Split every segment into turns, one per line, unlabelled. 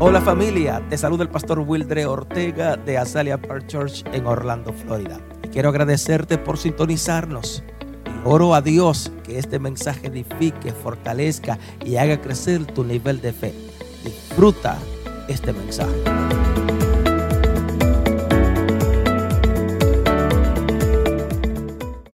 Hola familia, te saluda el pastor Wildre Ortega de Azalea Park Church en Orlando, Florida. Y quiero agradecerte por sintonizarnos. Y oro a Dios que este mensaje edifique, fortalezca y haga crecer tu nivel de fe. Disfruta este mensaje.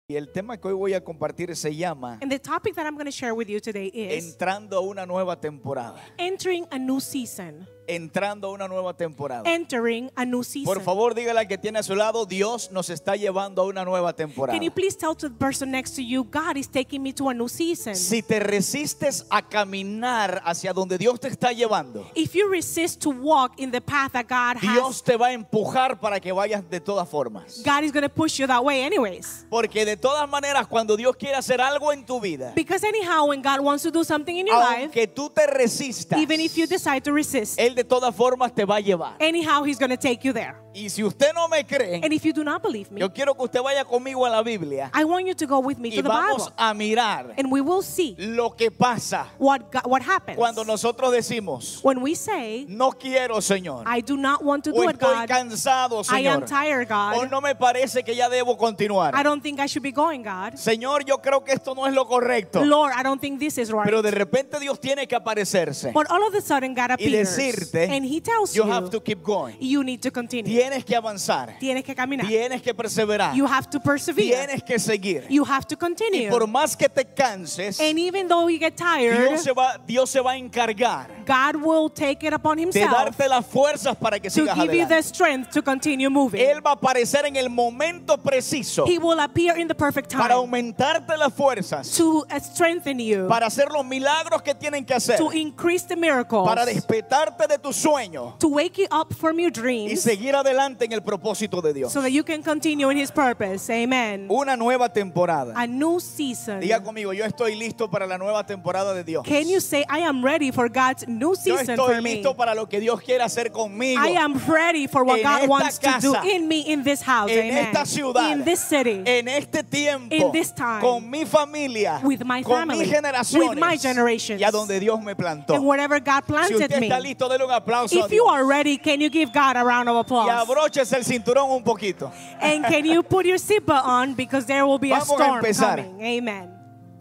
Y el tema que hoy voy a compartir se llama
And the topic that I'm going to share with you today is
Entrando a una nueva temporada.
entering a new season.
Entrando a una nueva temporada.
Entering a new season.
Oh. Por favor, dígale al que tiene a su lado, Dios nos está llevando a una nueva temporada.
Can you please tell to the person next to you, God is taking me to a new season?
Si te resistes a caminar hacia donde Dios te está llevando,
If you resist to walk in the path that God has,
Dios te va a empujar para que vayas de todas formas.
God is going to push you that way, anyways.
Porque de todas maneras, cuando Dios quiere hacer algo en tu vida,
Because, anyhow, when God wants to do something in your life,
aunque Eh. tú te resistas,
even if you decide to resist,
Él de todas formas te va a llevar.
anyhow, He's going to take you there.
Y si usted no me cree,
And if you do not believe me,
Eh. Yo quiero que usted vaya conmigo a la Biblia
I want you to go with me
y
to the
vamos
Bible,
a mirar
and we will see
lo que pasa
what God, what happens
cuando nosotros decimos,
when we say,
no quiero, Señor,
I do not want to
o
do it,
estoy
God.
cansado,
I am
Señor,
tired,
o
God.
no me parece que ya debo
I
continuar.
don't think I should be going, God.
Señor, yo creo que esto no es lo correcto,
Lord, I don't think this is right.
pero de repente Dios tiene que aparecerse
But all of a sudden, God
y
appears
decirte,
and He tells
you have to
you,
keep going,
you need to continue.
tienes que avanzar,
Tienes que caminar.
tienes que perseverar,
You have to persevere.
tienes que seguir.
You have to
Y
continue.
por más que te canses,
And even though you get tired,
Dios se va, Dios se va a encargar.
God will take it upon
de
Himself
darte las fuerzas para que
to
sigas
give you the
adelante.
strength to continue moving.
Él va a aparecer en el momento preciso
He will appear in the perfect
para
time
aumentarte las fuerzas,
to uh, strengthen you,
para hacer los milagros que tienen que hacer,
to increase the miracles,
para despertarte de tu sueño
to wake you up from your
y
dreams.
seguir adelante en el propósito de Dios.
so that you can continue in his purpose. Amen.
Una nueva temporada.
A new season.
Diga conmigo, yo estoy listo para la nueva temporada de Dios.
Can you say, I am ready for God's new
Yo
season
estoy
for me?
listo para lo que Dios quiere hacer conmigo.
I am ready for what
En
God
esta
wants to do
casa.
in me, in this house.
en
Amen.
esta ciudad,
in this city.
en este tiempo,
In this time.
con mi familia,
With my
con
family.
mis generaciones,
With my generations.
y a donde Dios me plantó.
and wherever God
si
planted
usted
me.
está listo, déle un aplauso. a
If you
Dios.
are ready, can you give God a round of
y
applause?
abróchese el cinturón un poquito.
and can you put your seatbelt on because there will be a
Vamos a
storm
empezar.
coming. Amen.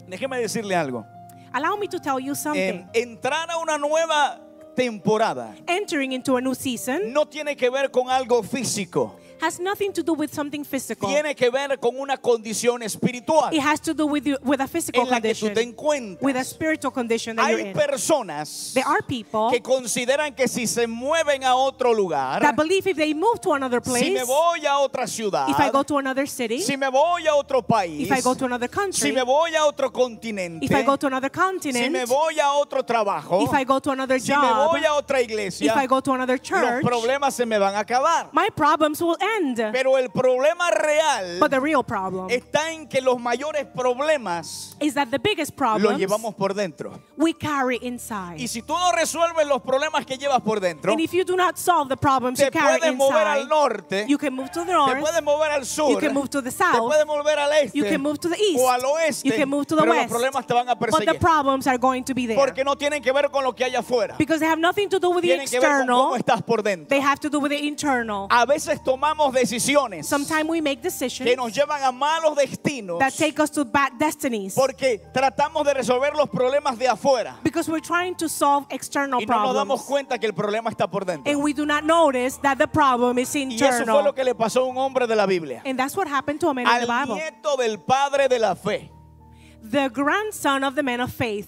Déjeme decirle algo.
Allow me to tell you something.
Eh, entrar a una nueva temporada
Entering into a new season
no tiene que ver con algo físico.
has nothing to do with something physical.
Mm. Tiene que ver con una condición espiritual
It has to do with you, with a physical
en la que tú te
condition, with a
encuentras.
spiritual condition that you're
Hay
in.
personas
There are people
que consideran que si se mueven a otro lugar,
that believe if they move to another
Si
place,
me voy a otra ciudad,
if I go to another city,
si me voy a otro país,
if I go to another
si
country,
me voy a otro continente,
if I go to another
si me
continent,
voy a otro trabajo,
if I go to another
si me
job,
voy a otra
if
iglesia,
I go to another
los
church,
problemas se me van a acabar.
my problems will end.
Pero el problema real
But the real problem
está en que los mayores problemas
is that the biggest
los
problem
llevamos por dentro.
we carry inside.
Y si tú no resuelves los problemas que llevas por dentro,
And if you do not solve the problems
te
you carry
puedes mover
inside,
al norte,
you can move to the
te
north,
puedes mover al
you
sur,
can move to the
te
south,
puedes mover al este
you can move to the east,
o al oeste,
you can move to the
pero
west,
los problemas te van a
but the
perseguir
problems are going to be there.
porque no tienen que ver con lo que hay afuera,
Because they have nothing to do with the
tienen que ver con cómo Ah,
external,
estás por dentro.
they have to do with the internal.
A veces tomamos decisiones
Sometimes we make
que
decisions
nos llevan a malos destinos
that take us to bad destinies
porque tratamos de resolver los problemas de afuera
because we're trying to solve external
y no nos damos
problems
cuenta que el problema está por dentro.
and we do not notice that the problem is
Y eso fue
internal.
lo que le pasó a un hombre de la Biblia,
And that's what happened to a man in the
al
Bible,
nieto del padre de la fe,
the grandson of the man of faith,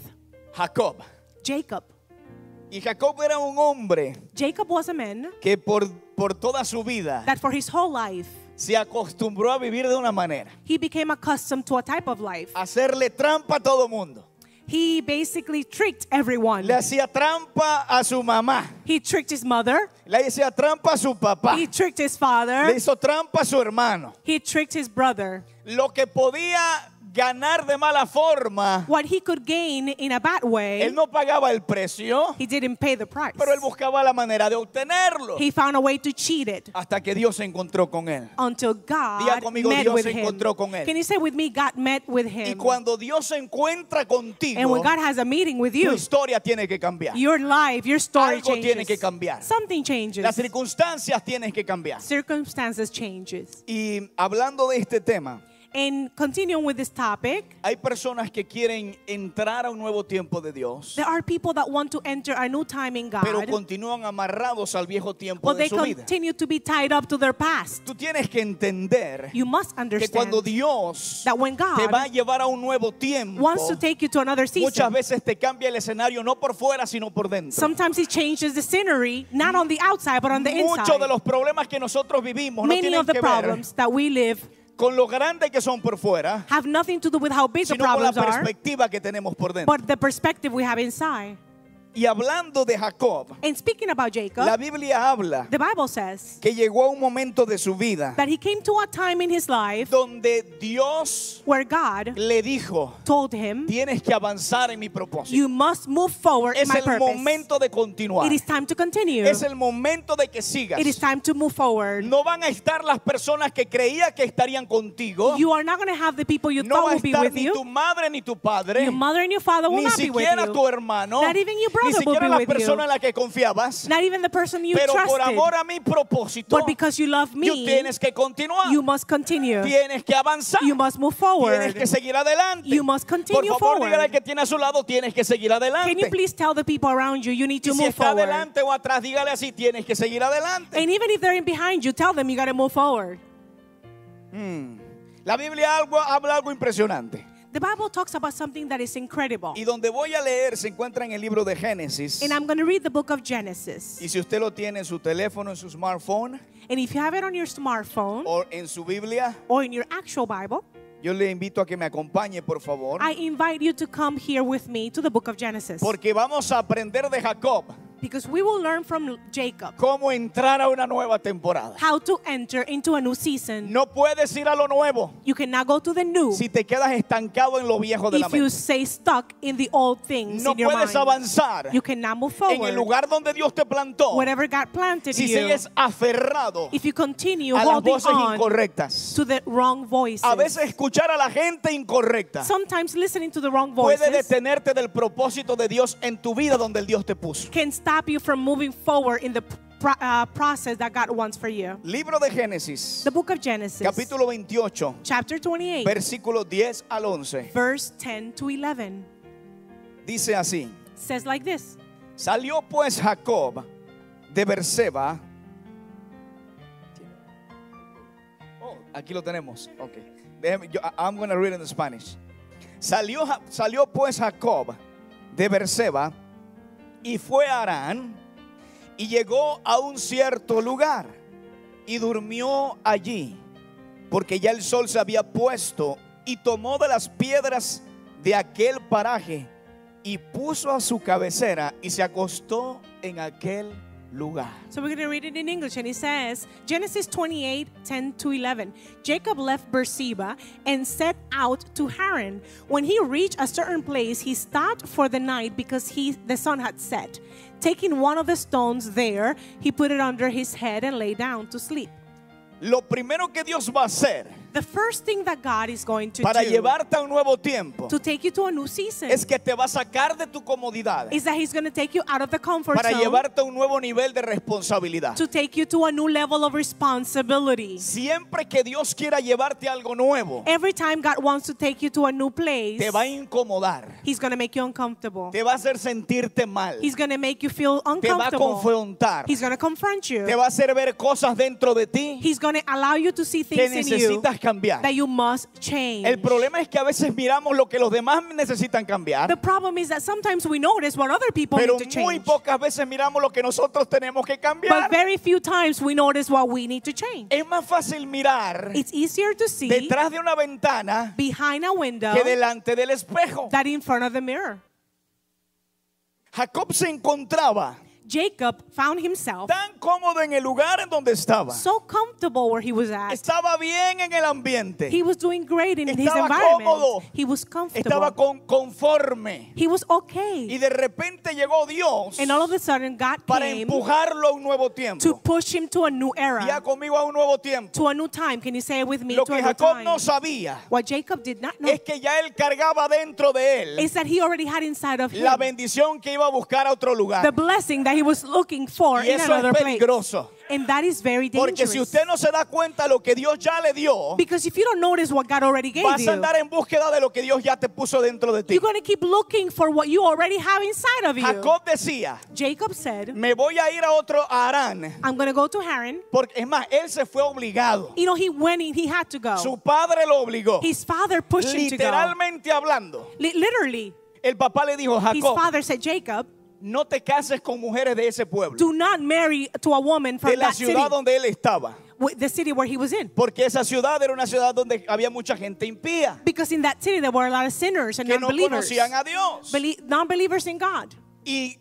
Jacob.
Jacob.
Y Jacob era un hombre
Jacob was a man
que por, por toda su vida
that for his whole life
se acostumbró a vivir de una manera,
he became accustomed to a type of life.
a hacerle trampa a todo mundo.
He basically tricked everyone.
Le hacía trampa a su mamá,
He tricked his mother,
le hacía trampa a su papá,
he
le
tricked his father,
hizo trampa a su hermano.
he tricked his brother.
Lo que podía ganar de mala forma,
What he could gain in a bad way,
él no pagaba el precio,
he didn't pay the price.
pero él buscaba la manera de obtenerlo.
He found a way to cheat it
Hasta que Dios se encontró con él.
until God
Diga conmigo,
met
Dios
with
se
him.
encontró con él.
Can you say with me, God met with
Y
him?
cuando Dios se encuentra
And
contigo,
when God has a meeting with
tu
you,
historia tiene que cambiar.
your life, your story
Algo tiene
changes.
que cambiar.
Something changes.
Las circunstancias tienes que cambiar.
Circumstances changes.
Y hablando de este tema,
And continuing with this topic,
hay personas que quieren entrar a un nuevo tiempo de Dios,
there are people that want to enter a new time in God,
pero continúan amarrados al viejo tiempo
but
de
they
su vida.
continue to be tied up to their past.
Tú tienes que entender
You must
que
understand
cuando Dios
that when God
te va a llevar a un nuevo tiempo,
wants to take you to another
muchas
season,
veces te cambia el escenario no por fuera, sino por dentro.
sometimes He changes the scenery, not on the outside, but on the
Muchos de
inside.
los problemas que nosotros vivimos no
Many
tienen
of the
que ver
problems that we live
con lo grande que son por fuera,
have nothing to do with how big the
sino con la
problems are,
perspectiva que tenemos por dentro.
but the perspective we have inside.
Y hablando de Jacob,
And speaking about
la
Jacob,
Biblia habla
the Bible says
que llegó a un momento de su vida
that he came to a time in his life
donde Dios
where God
le dijo,
told him,
tienes que avanzar en mi propósito.
You must move forward in
Es
my
el
purpose.
momento de continuar.
It is time to continue.
Es el momento de que sigas.
It is time to move forward.
No van a estar las personas que creía que estarían contigo.
You are not going to have the people you
No
thought
va a
would be
estar
with
ni tu
you.
madre ni tu padre.
Your mother and your father will
Ni
not be with
siquiera tu
you.
hermano.
Not even your brother
Ni
will
siquiera
be
la
with you.
persona en la que confiabas.
Not even the person you
Pero por
trusted.
amor a mi propósito,
But because you love
tú
me,
tienes que continuar.
you must continue.
Tienes que avanzar.
You must move
Tienes
forward.
que seguir adelante.
You must
Por
continue
favor, dígale al
forward.
que tiene a su lado, tienes que seguir
Can you
adelante.
please tell the people around you you need
Y
to
si
move
está
forward?
adelante o atrás, dígale así, tienes que seguir adelante.
And even if they're in behind you, tell them you got to move forward.
La Biblia algo, habla algo impresionante.
The Bible talks about something that is incredible.
Y donde voy a leer se encuentra en el libro de Génesis.
And I'm going to read the book of Genesis.
Y si usted lo tiene en su teléfono, en su smartphone
And if you have it on your smartphone
o en su Biblia,
or in your actual Bible,
yo le invito a que me acompañe, por favor.
I invite you to come here with me to the book of Genesis.
Porque vamos a aprender de Jacob
Because we will learn from Jacob
cómo entrar a una nueva temporada.
how to enter into a new season.
No puedes ir a lo nuevo
You cannot go to the new
si te quedas estancado en lo viejo de la
if you
mente.
stay stuck in the old things
No
in your
puedes
mind.
avanzar
You cannot move
en el
forward.
lugar donde Dios te plantó
Whatever God planted
si
you,
sigues aferrado
if you continue
a las
holding
voces
on
incorrectas.
to the wrong voices,
A veces escuchar a la gente incorrecta
sometimes listening to the wrong
puede
voices
detenerte del propósito de Dios en tu vida donde el Dios te puso.
can stop you from moving forward in the pro- uh, process that God wants for you.
Libro de Génesis,
The book of Genesis,
capítulo 28,
chapter 28,
versículo 10 al 11.
verse 10 to 11,
Dice así:
says like this.
Salió pues Jacob de Berseba. Oh, aquí lo tenemos. Ok. Déjeme- yo- I- I'm going to read in Spanish. Salió, Ja- salió pues Jacob de Berseba y fue a Arán y llegó a un cierto lugar y durmió allí porque ya el sol se había puesto y tomó de las piedras de aquel paraje y puso a su cabecera y se acostó en aquel lugar.
So we're going to read it in English, and it says Genesis 28 10 to 11. Jacob left Beersheba and set out to Haran. When he reached a certain place, he stopped for the night because he the sun had set. Taking one of the stones there, he put it under his head and lay down to sleep.
Lo primero que Dios va a hacer
The first thing that God is going to
para
do
llevarte a un nuevo tiempo
to take you to a new season
es que te va a sacar de tu comodidad
is that He's going to take you out of the comfort
para
zone
llevarte a un nuevo nivel de responsabilidad.
to take you to a new level of responsibility.
Siempre que Dios quiera llevarte a algo nuevo,
Every time God wants to take you to a new place,
te va a incomodar,
He's going to make you uncomfortable.
te va a hacer sentirte mal,
He's going to make you feel
te va a
uncomfortable.
confrontar,
He's going to confront
te
you.
va a hacer ver cosas dentro de ti
He's going to allow you to see
que
things in you
necesitas cambiar.
that you must change.
El problema es que a veces miramos lo que los demás necesitan
the
cambiar,
problem is that sometimes we notice what other people
pero
need to
muy
change.
pocas veces miramos lo que nosotros tenemos que
But
cambiar.
very few times we notice what we need to change.
Es más fácil mirar
It's easier to see
Eh, detrás de una ventana
behind a window
que delante del espejo.
than in front of the mirror.
Jacob se encontraba
Jacob found himself
tan cómodo en el lugar en donde estaba.
so comfortable where he was at.
Estaba bien en el ambiente.
He was doing great in his
Estaba
environment.
cómodo.
He was
Estaba
comfortable.
con, conforme.
he was
Y
okay.
de repente llegó Dios
And all of a sudden, God
para
came
empujarlo a un nuevo
to
tiempo.
push him to a new
Ya
era,
conmigo a un nuevo tiempo.
to a new time. Can you say it with me?
Lo
to a
que
new
Jacob
time.
no sabía
what Jacob did not know
es que ya él cargaba dentro de él
is that he already had inside of him
la bendición que iba a buscar a otro
the
lugar.
blessing that he was looking for
Y
in
eso
another
es
place.
peligroso.
And that is very
Porque
dangerous.
si usted no se da cuenta lo que Dios ya le dio,
because if you don't notice what God already gave
vas a
you,
andar en búsqueda de lo que Dios ya te puso dentro de ti.
you're going to keep looking for what you already have inside of you.
Jacob decía,
Jacob said,
me voy a ir a otro a Arán.
I'm going to go to Haran.
Porque es más, él se fue obligado.
You know, he went in, he had to go.
Su padre lo obligó.
His father pushed him to go.
Literalmente hablando,
Li- literally,
el papá le dijo,
his
Jacob,
father said, Jacob,
no te cases con mujeres de ese pueblo,
do not marry to a woman from
de la
that city,
ciudad donde él estaba.
with the city where he was in.
Porque esa ciudad era una ciudad donde había mucha gente impía,
Because in that city there were a lot of sinners and
que no
non-believers,
conocían a Dios.
Belie- non-believers in God.
Y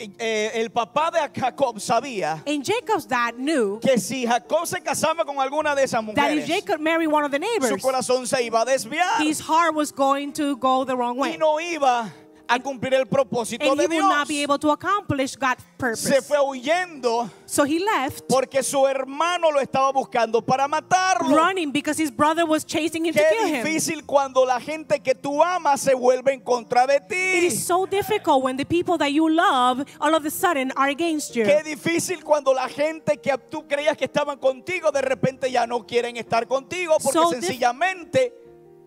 eh, el papá de Jacob sabía
And Jacob's dad knew
que si Jacob se casaba con alguna de esas
that
mujeres,
if Jacob married one of the
su
neighbors,
corazón se iba a desviar
his heart was going to go the wrong
y
way.
no iba a cumplir el propósito
And he
de
would not be
Dios.
able to accomplish God's
Se
purpose.
fue huyendo
So he left
porque su hermano lo estaba buscando para matarlo.
running because his brother was chasing him to kill
Qué
him.
difícil cuando la gente que tú amas se vuelve en contra de
It is
ti.
so difficult when the people that you love all of a sudden are against you.
Qué difícil cuando la gente que tú creías que estaban contigo de repente ya no quieren estar contigo porque
So dif-
sencillamente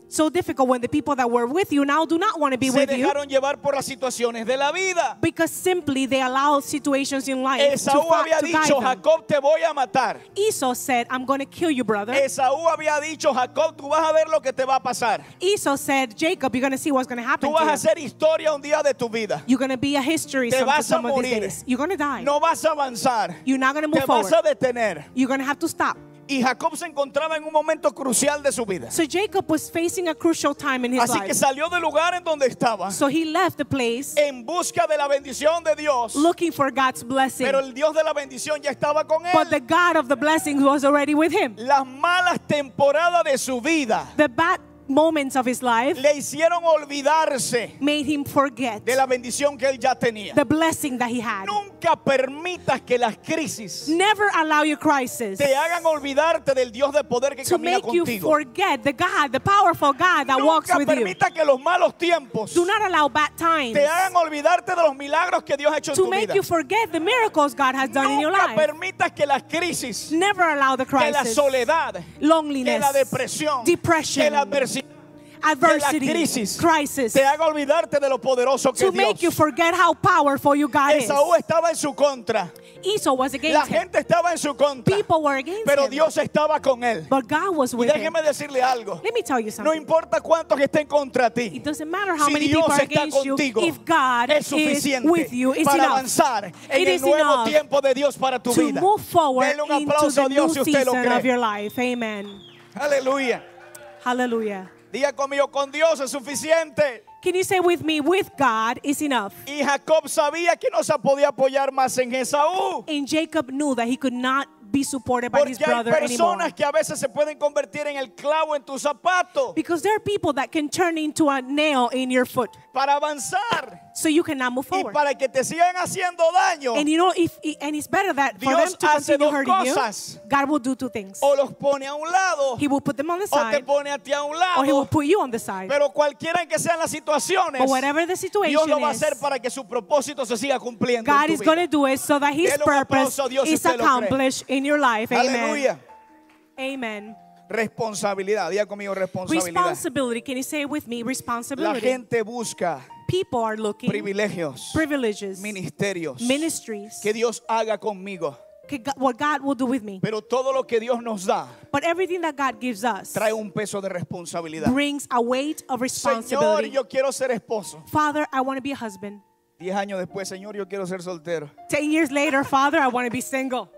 So difficult when the people that were with you now do not want to be
se
with you
dejaron llevar por las situaciones de la vida.
because simply they allow situations in life to,
Esaú
fa-
había
to guide
dicho,
them.
Jacob, te voy a matar.
Esau said, I'm going to kill you, brother.
Esaú había dicho, Jacob, tú vas a ver lo que te va a pasar.
Esau said, Jacob, you're going to see what's going to happen
Tú vas a
to you.
hacer historia un día de tu vida.
You're going to be a history
Te
some,
vas a
some of these
morir.
days. You're going to die.
No vas a avanzar.
You're not going to move
Te vas
forward.
a detener.
You're going to have to stop.
Y Jacob se encontraba en un momento crucial de su vida.
So Jacob was facing a crucial time in his
Así que
life.
salió del lugar en donde estaba
So he left the place
en busca de la bendición de Dios.
looking for God's blessing.
Pero el Dios de la bendición ya estaba con
But the
él.
God of the blessings was already with him.
Las malas temporadas de su vida
The bad moments of his life
le hicieron olvidarse
made him forget
de la bendición que él ya tenía.
the blessing that he had.
Nunca permitas que las crisis
Never allow your crisis
te hagan olvidarte del Dios de poder que
to
camina
make you
contigo.
forget the God, the powerful God that walks
Nunca
with you.
permita que los malos tiempos
Do not allow bad times
te hagan olvidarte de los milagros que Dios ha hecho en
to
tu
make
vida.
you forget the miracles God has done in your
Nunca
life.
permitas que las crisis,
Never allow the
que la
crisis,
soledad, que
loneliness,
la depresión, que
depression,
la adversidad, que la
adversity,
crisis
crisis,
te haga olvidarte de lo poderoso que
to
es
make you
Dios.
forget how powerful you God is.
Esaú estaba en su contra,
Esau was
la
against him.
gente estaba en su contra,
People were against
pero
him.
Dios estaba con él.
but God was
Y
with him.
déjeme decirle algo,
Let me tell you
no
something.
importa cuántos estén contra ti.
It doesn't matter how
si
many
Dios
people are
está
against you.
contigo,
If God
es
is
suficiente
with you, it's
para
enough
avanzar en
It
el
is
nuevo
enough
tiempo de Dios para tu
to
vida.
move forward
Dele un
into
aplauso
the
a Dios si
new
usted lo
season of your
cree.
life. Amen.
Aleluya.
Hallelujah.
Diga conmigo, con Dios es suficiente.
Can you say with me, with God is enough?
Y Jacob sabía que no se podía apoyar más en Esaú.
And Jacob knew that he could not be supported by his
Porque hay
brother anymore.
personas que a veces se pueden convertir en el clavo en tu zapato
Because there are people that can turn into a nail in your foot.
para avanzar
So you cannot move
y
forward.
para que te sigan haciendo daño
And you know, if and it's better that for
Dios
them to
hace
continue
dos
hurting
cosas.
you, God will do two things.
o los pone a un lado
He will put them on the
o te
side,
pone a ti a un
or he will
lado.
put you on the side.
Pero cualquiera que sean las situaciones,
But whatever the situation
Dios lo va a
is,
hacer para que su propósito se siga cumpliendo. en
God
tu
is
vida.
going to do it so that His
Dele un
purpose
aplauso a Dios si
is
usted lo cree.
accomplished in your life. Amen.
Aleluya.
Amen.
Responsabilidad. Diga conmigo responsabilidad.
Responsibility. Can you say it with me?
La
Responsibility.
gente busca
People are looking
privilegios,
privileges,
ministerios
ministries,
que Dios haga conmigo.
que God- what God will do with me.
Pero todo lo que Dios nos da
But everything that God gives us
trae un peso de responsabilidad.
brings a weight
Señor,
of responsibility.
yo quiero ser esposo.
Father, I want to be a husband.
Diez años después, Señor, yo quiero ser soltero.
Ten years later, Father, I want to be single.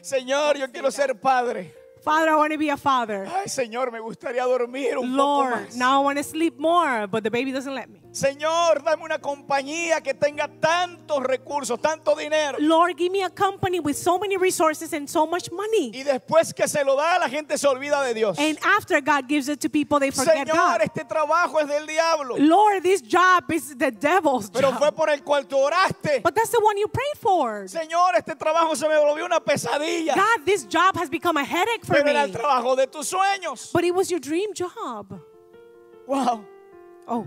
Señor, yo quiero ser padre.
Father, I want to be a father.
Ay, Señor, me gustaría dormir un poco
Lord,
más.
now I want to sleep more, but the baby doesn't let me.
Señor, dame una compañía que tenga tantos recursos, tanto dinero.
Lord, give me a company with so many resources and so much money.
Y después que se lo da, la gente se olvida de Dios.
And after God gives it to people, they forget
Señor,
God.
este trabajo es del diablo.
Lord, this job is the devil's
Pero fue
job.
por el cual tú oraste.
But that's the one you prayed for.
Señor, este trabajo se me volvió una pesadilla.
God, this job has become a headache for
Pero era el
me.
trabajo de tus sueños.
But it was your dream job.
Wow.
Oh,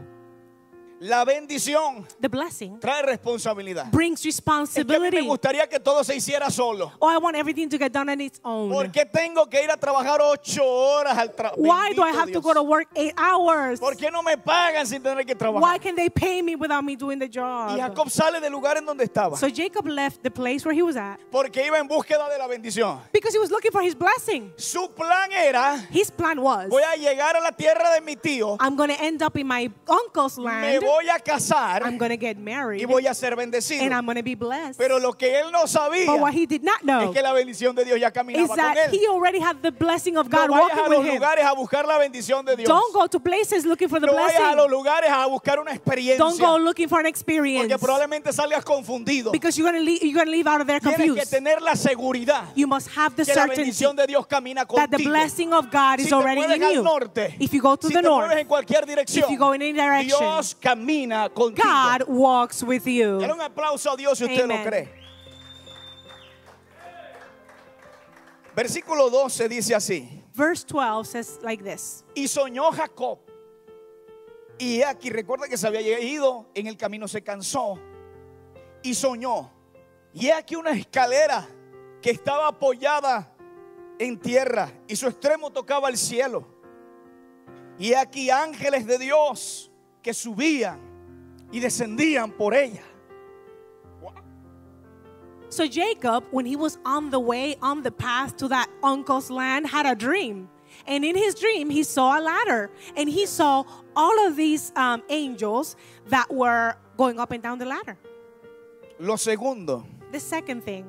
La bendición
the blessing
trae responsabilidad.
brings
Es que a mí me
responsibility.
gustaría que todo se hiciera solo.
Oh, I want everything to get done on its
¿Por
own.
qué tengo que ir a trabajar ocho horas al trabajo?
Why do I have to go to work eight hours?
¿Por qué no me pagan sin tener que
Why
trabajar?
can they pay me without me doing the
Y
job?
Jacob sale del lugar en donde estaba
So Jacob left the place where he was at
porque iba en búsqueda de la bendición.
because he was looking for his blessing.
Su plan era,
His plan was
voy a llegar a la tierra de mi tío,
I'm going to end up in my uncle's
me
land.
voy a casar
I'm going to get married
y voy a ser bendecido.
and I'm going to be blessed.
Pero lo que él no sabía
But what he did not
es
know
que la bendición de Dios ya
is
caminaba con
that
él.
he already had the blessing of God
no vayas a
walking
los
with him.
lugares a buscar la bendición de Dios.
Don't go to places looking for the
no vayas a los
blessing.
lugares a buscar una experiencia.
Don't go looking for an experience
porque probablemente salgas confundido.
because you're going to leave, you're going to leave out of there
Tienes que
confused.
tener la seguridad
You must have the
que la
certainty
bendición de Dios camina
that
contigo.
the blessing of God
si
is
te
already
mueves
in
al
you.
norte,
If you go to
si
the
te
north,
mueves en cualquier dirección,
if you go in any direction,
Dios camina contigo.
God walks with you.
Dale un aplauso a Dios si usted
Amen.
lo cree. Versículo 12 dice así:
Verse 12 says like this.
Y soñó Jacob. Y he aquí recuerda que se había ido, en el camino se cansó y soñó. Y he aquí una escalera que estaba apoyada en tierra y su extremo tocaba el cielo. Y he aquí ángeles de Dios que subían y descendían por ella.
So Jacob, when he was on the way, on the path to that uncle's land, had a dream. And in his dream, he saw a ladder. And he saw all of these um, angels that were going up and down the ladder.
Lo segundo
The second thing,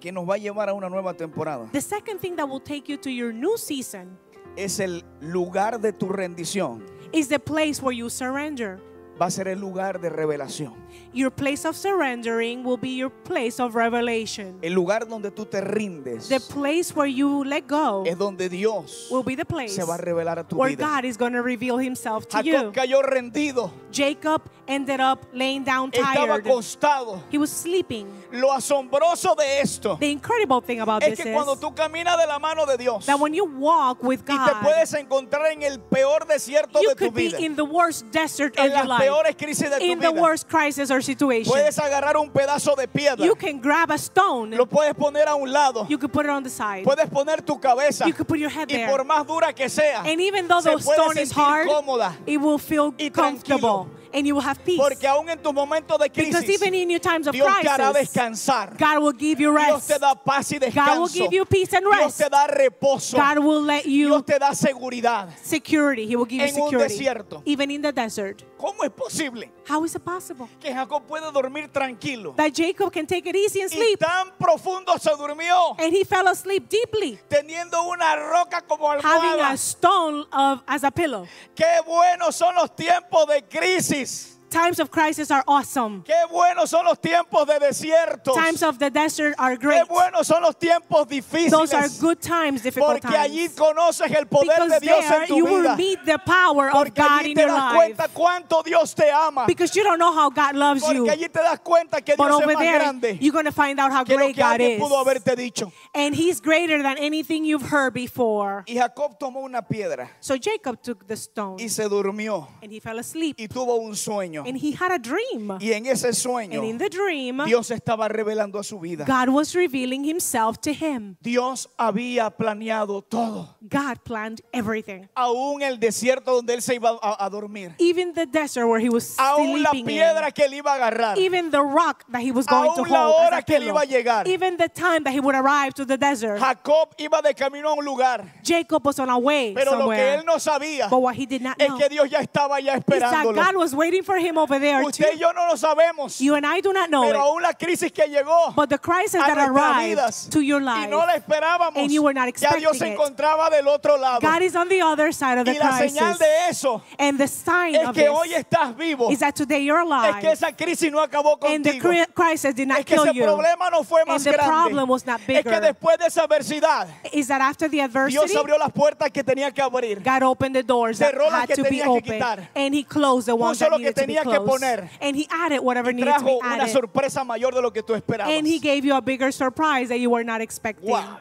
que nos va a llevar a una nueva temporada
the second thing that will take you to your new season
es el lugar de tu rendición.
is the place where you surrender.
Va a ser el lugar de revelación.
Your place of surrendering will be your place of revelation.
El lugar donde tú te rindes
The place where you let go
es donde Dios
will be the place
se va a revelar a tu
where
vida.
God is going to reveal himself to
Jacob
you.
cayó rendido,
Jacob ended up laying down
estaba
tired.
acostado.
He was sleeping.
Lo asombroso de esto
The incredible thing about
es
this
que cuando
is
tú caminas de la mano de Dios
that when you walk with
y te
God,
puedes encontrar en el peor desierto
you
de tu
could be
vida,
in the worst desert of
en
your
las
life,
peores crisis de tu
in the
vida,
worst crisis or situation.
puedes agarrar un pedazo de piedra,
You can grab a stone,
lo puedes poner a un lado,
you could put it on the side,
puedes poner tu cabeza
you could put your head
y
there.
por más dura que sea,
And even though
se
the
puede
stone is
sentir
hard,
cómoda
it will feel
y tranquilo.
comfortable and you will have peace.
porque aún en tus momentos de
Because
crisis
even in your times of
Dios te hará
crisis,
descansar.
God will give you
Dios
rest.
te da paz y descanso.
God will give you peace and
Dios
rest.
te da reposo.
God will let you
Dios te da seguridad.
security. He will give you
En un
security.
desierto.
Even in the desert.
¿Cómo es posible
How is it possible
que Jacob pueda dormir tranquilo?
that Jacob can take it easy and
Y
sleep?
tan profundo se durmió,
And he fell asleep deeply,
teniendo una roca como
having
almohada.
a stone of, as a pillow.
Qué buenos son los tiempos de crisis.
Times of crisis are awesome.
Qué buenos son los tiempos de desiertos.
Times of the desert are
Qué
great.
buenos son los tiempos
Those are
difíciles.
good times, difficult
Porque allí
times.
conoces el poder de
Because
Dios
there
en
you
tu
will
vida.
meet the power of
Porque
God
allí
in
te
your
das
life.
cuenta cuánto Dios te ama.
Because you don't know how God loves
Porque
you.
allí te das cuenta que
But
Dios es
over
más
there,
grande
you're going to find out how
que lo
great
que
God
alguien
is.
pudo haberte dicho.
And He's greater than anything you've heard before.
Y Jacob tomó una piedra
So Jacob took the stone
y se durmió
and he fell asleep
y tuvo un sueño.
and he had a dream.
Y en ese
And in
sueño
the dream,
Dios estaba revelando a su vida.
God was revealing Himself to him.
Dios había planeado todo,
God planned everything,
aún el desierto donde él se iba a, a dormir,
even the desert where he was
aún la
sleeping in.
piedra que él iba a agarrar.
Even the rock that he was going to
Aún la
hold,
hora
as a
que él iba a
pillow.
llegar.
even the time that he would arrive to the desert,
Jacob iba de camino a un lugar,
Jacob was on our way
pero lo que
somewhere.
él no sabía
But what he did not
es
know
que Dios ya estaba ya
is that
esperándolo.
God was waiting for him him over there
Usted
too.
y yo no lo sabemos.
You and I do not know
Pero
it.
aún la crisis que llegó
But the crisis
a
that
nuestras
arrived
vidas
to your
y no la
life,
esperábamos,
and you were not
ya Dios
expecting
se
it.
encontraba del otro lado.
God is on the other side of the
y la señal
crisis.
de eso
And the sign
es
of
que hoy
this
estás vivo.
is that today you're
Es que
alive.
esa crisis no acabó
And the
contigo.
cri- crisis did
Es
not
que
kill
ese
you.
problema no fue más
And the problem
grande.
was not
Es que
bigger.
después de esa adversidad,
Is that after the
Dios
adversity,
abrió las puertas que tenía que abrir.
God opened the doors that
Cerró las
had
que
to be
tenía que
opened.
quitar.
And he closed the
Puso
ones that
lo que
needed to be
tenía que
closed.
poner.
And he added whatever needed to
Trajo
be
una
added.
sorpresa mayor de lo que tú esperabas.
And he gave you a bigger surprise that you were not expecting.
Wow.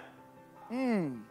Mm.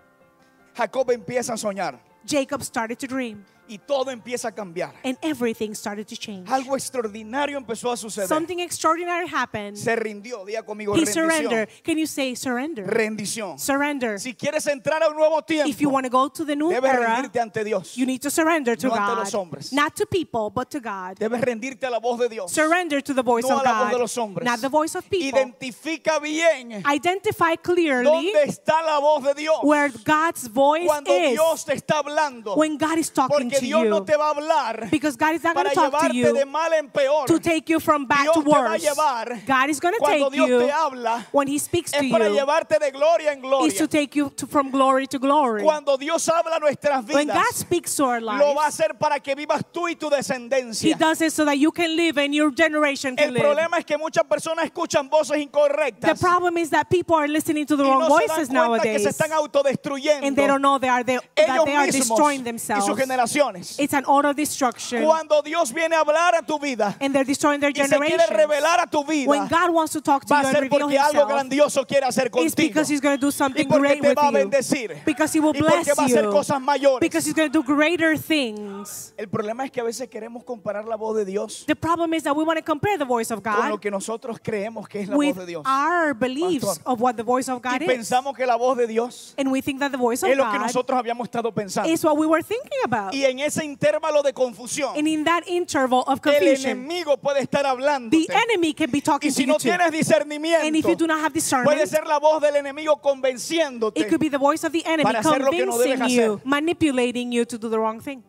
Jacob empieza a soñar
Jacob started to dream,
y todo empieza a cambiar.
and everything started to change.
Algo extraordinario empezó a suceder.
Something extraordinary happened.
Se rindió, día conmigo,
He
rendición.
surrendered. Can you say surrender?
Rendición.
Surrender.
Si quieres entrar a un nuevo tiempo,
If you want to go to the new
debes
era,
rendirte ante Dios.
you need to surrender to
No ante los
God.
hombres.
Not to people, but to God.
Debes rendirte a la voz de Dios.
Surrender to the voice
no
of
a la voz de los
God,
hombres.
not the voice of people.
Identifica bien
Identify clearly
dónde está la voz de Dios
where God's voice
cuando
is
Dios te está hablando.
when God is talking
Porque
to
Dios no
you.
te va a hablar
Because God is not going
para
to talk to
llevarte
you
de mal en peor.
to take you from bad
Dios
to
te va a
worse.
llevar
God is going to
cuando
take
Dios
you
te habla
when He speaks to
es para
you.
llevarte de gloria en
Is to
gloria.
take you to, from glory to glory.
Cuando Dios habla nuestras
When
vidas,
God speaks to our
lo va a
lives,
hacer para que vivas tú y tu
He
descendencia.
does it so that you can live and your generation
El
can live.
problema es que muchas personas escuchan voces
The
incorrectas
problem is that people are listening to the
y no
wrong
se dan
voices
cuenta que se
nowadays,
están autodestruyendo
and they don't know they are they, that
ellos
they are
mismos
destroying
y sus
themselves.
generaciones.
It's an auto destruction,
Cuando Dios viene a hablar a tu vida
and they're destroying their
y se quiere
generation.
revelar a tu
When
vida,
God wants to talk to
va
you
a
and
ser
reveal
porque algo
Himself,
grandioso quiere hacer
It's
contigo.
because he's going to do
Y
something
porque
great
te
with
va a
you.
bendecir.
Because he will
Y porque
bless
va a hacer
you.
cosas mayores.
Because he's going to do greater things.
El problema es que a veces queremos comparar la voz de Dios
The problem is that we want to compare the voice of
con lo
God
que nosotros creemos que es la voz
with
de Dios.
our beliefs
Pastor.
of what the voice of God
Y
is.
pensamos que la voz de Dios
And we think that the voice of
es lo que
God
nosotros habíamos estado pensando.
is what we were thinking about.
Y en ese intervalo de confusión,
And in that interval of
el
confusion,
enemigo puede estar hablando.
the enemy can be
Y
talking to
si
you
no
too.
tienes
And if you
discernimiento,
do not have
puede
discernment,
ser la voz del enemigo convenciéndote.
it could be the voice of the enemy
Para hacer lo que no debes
convincing you,
hacer.
manipulating you to do the wrong thing.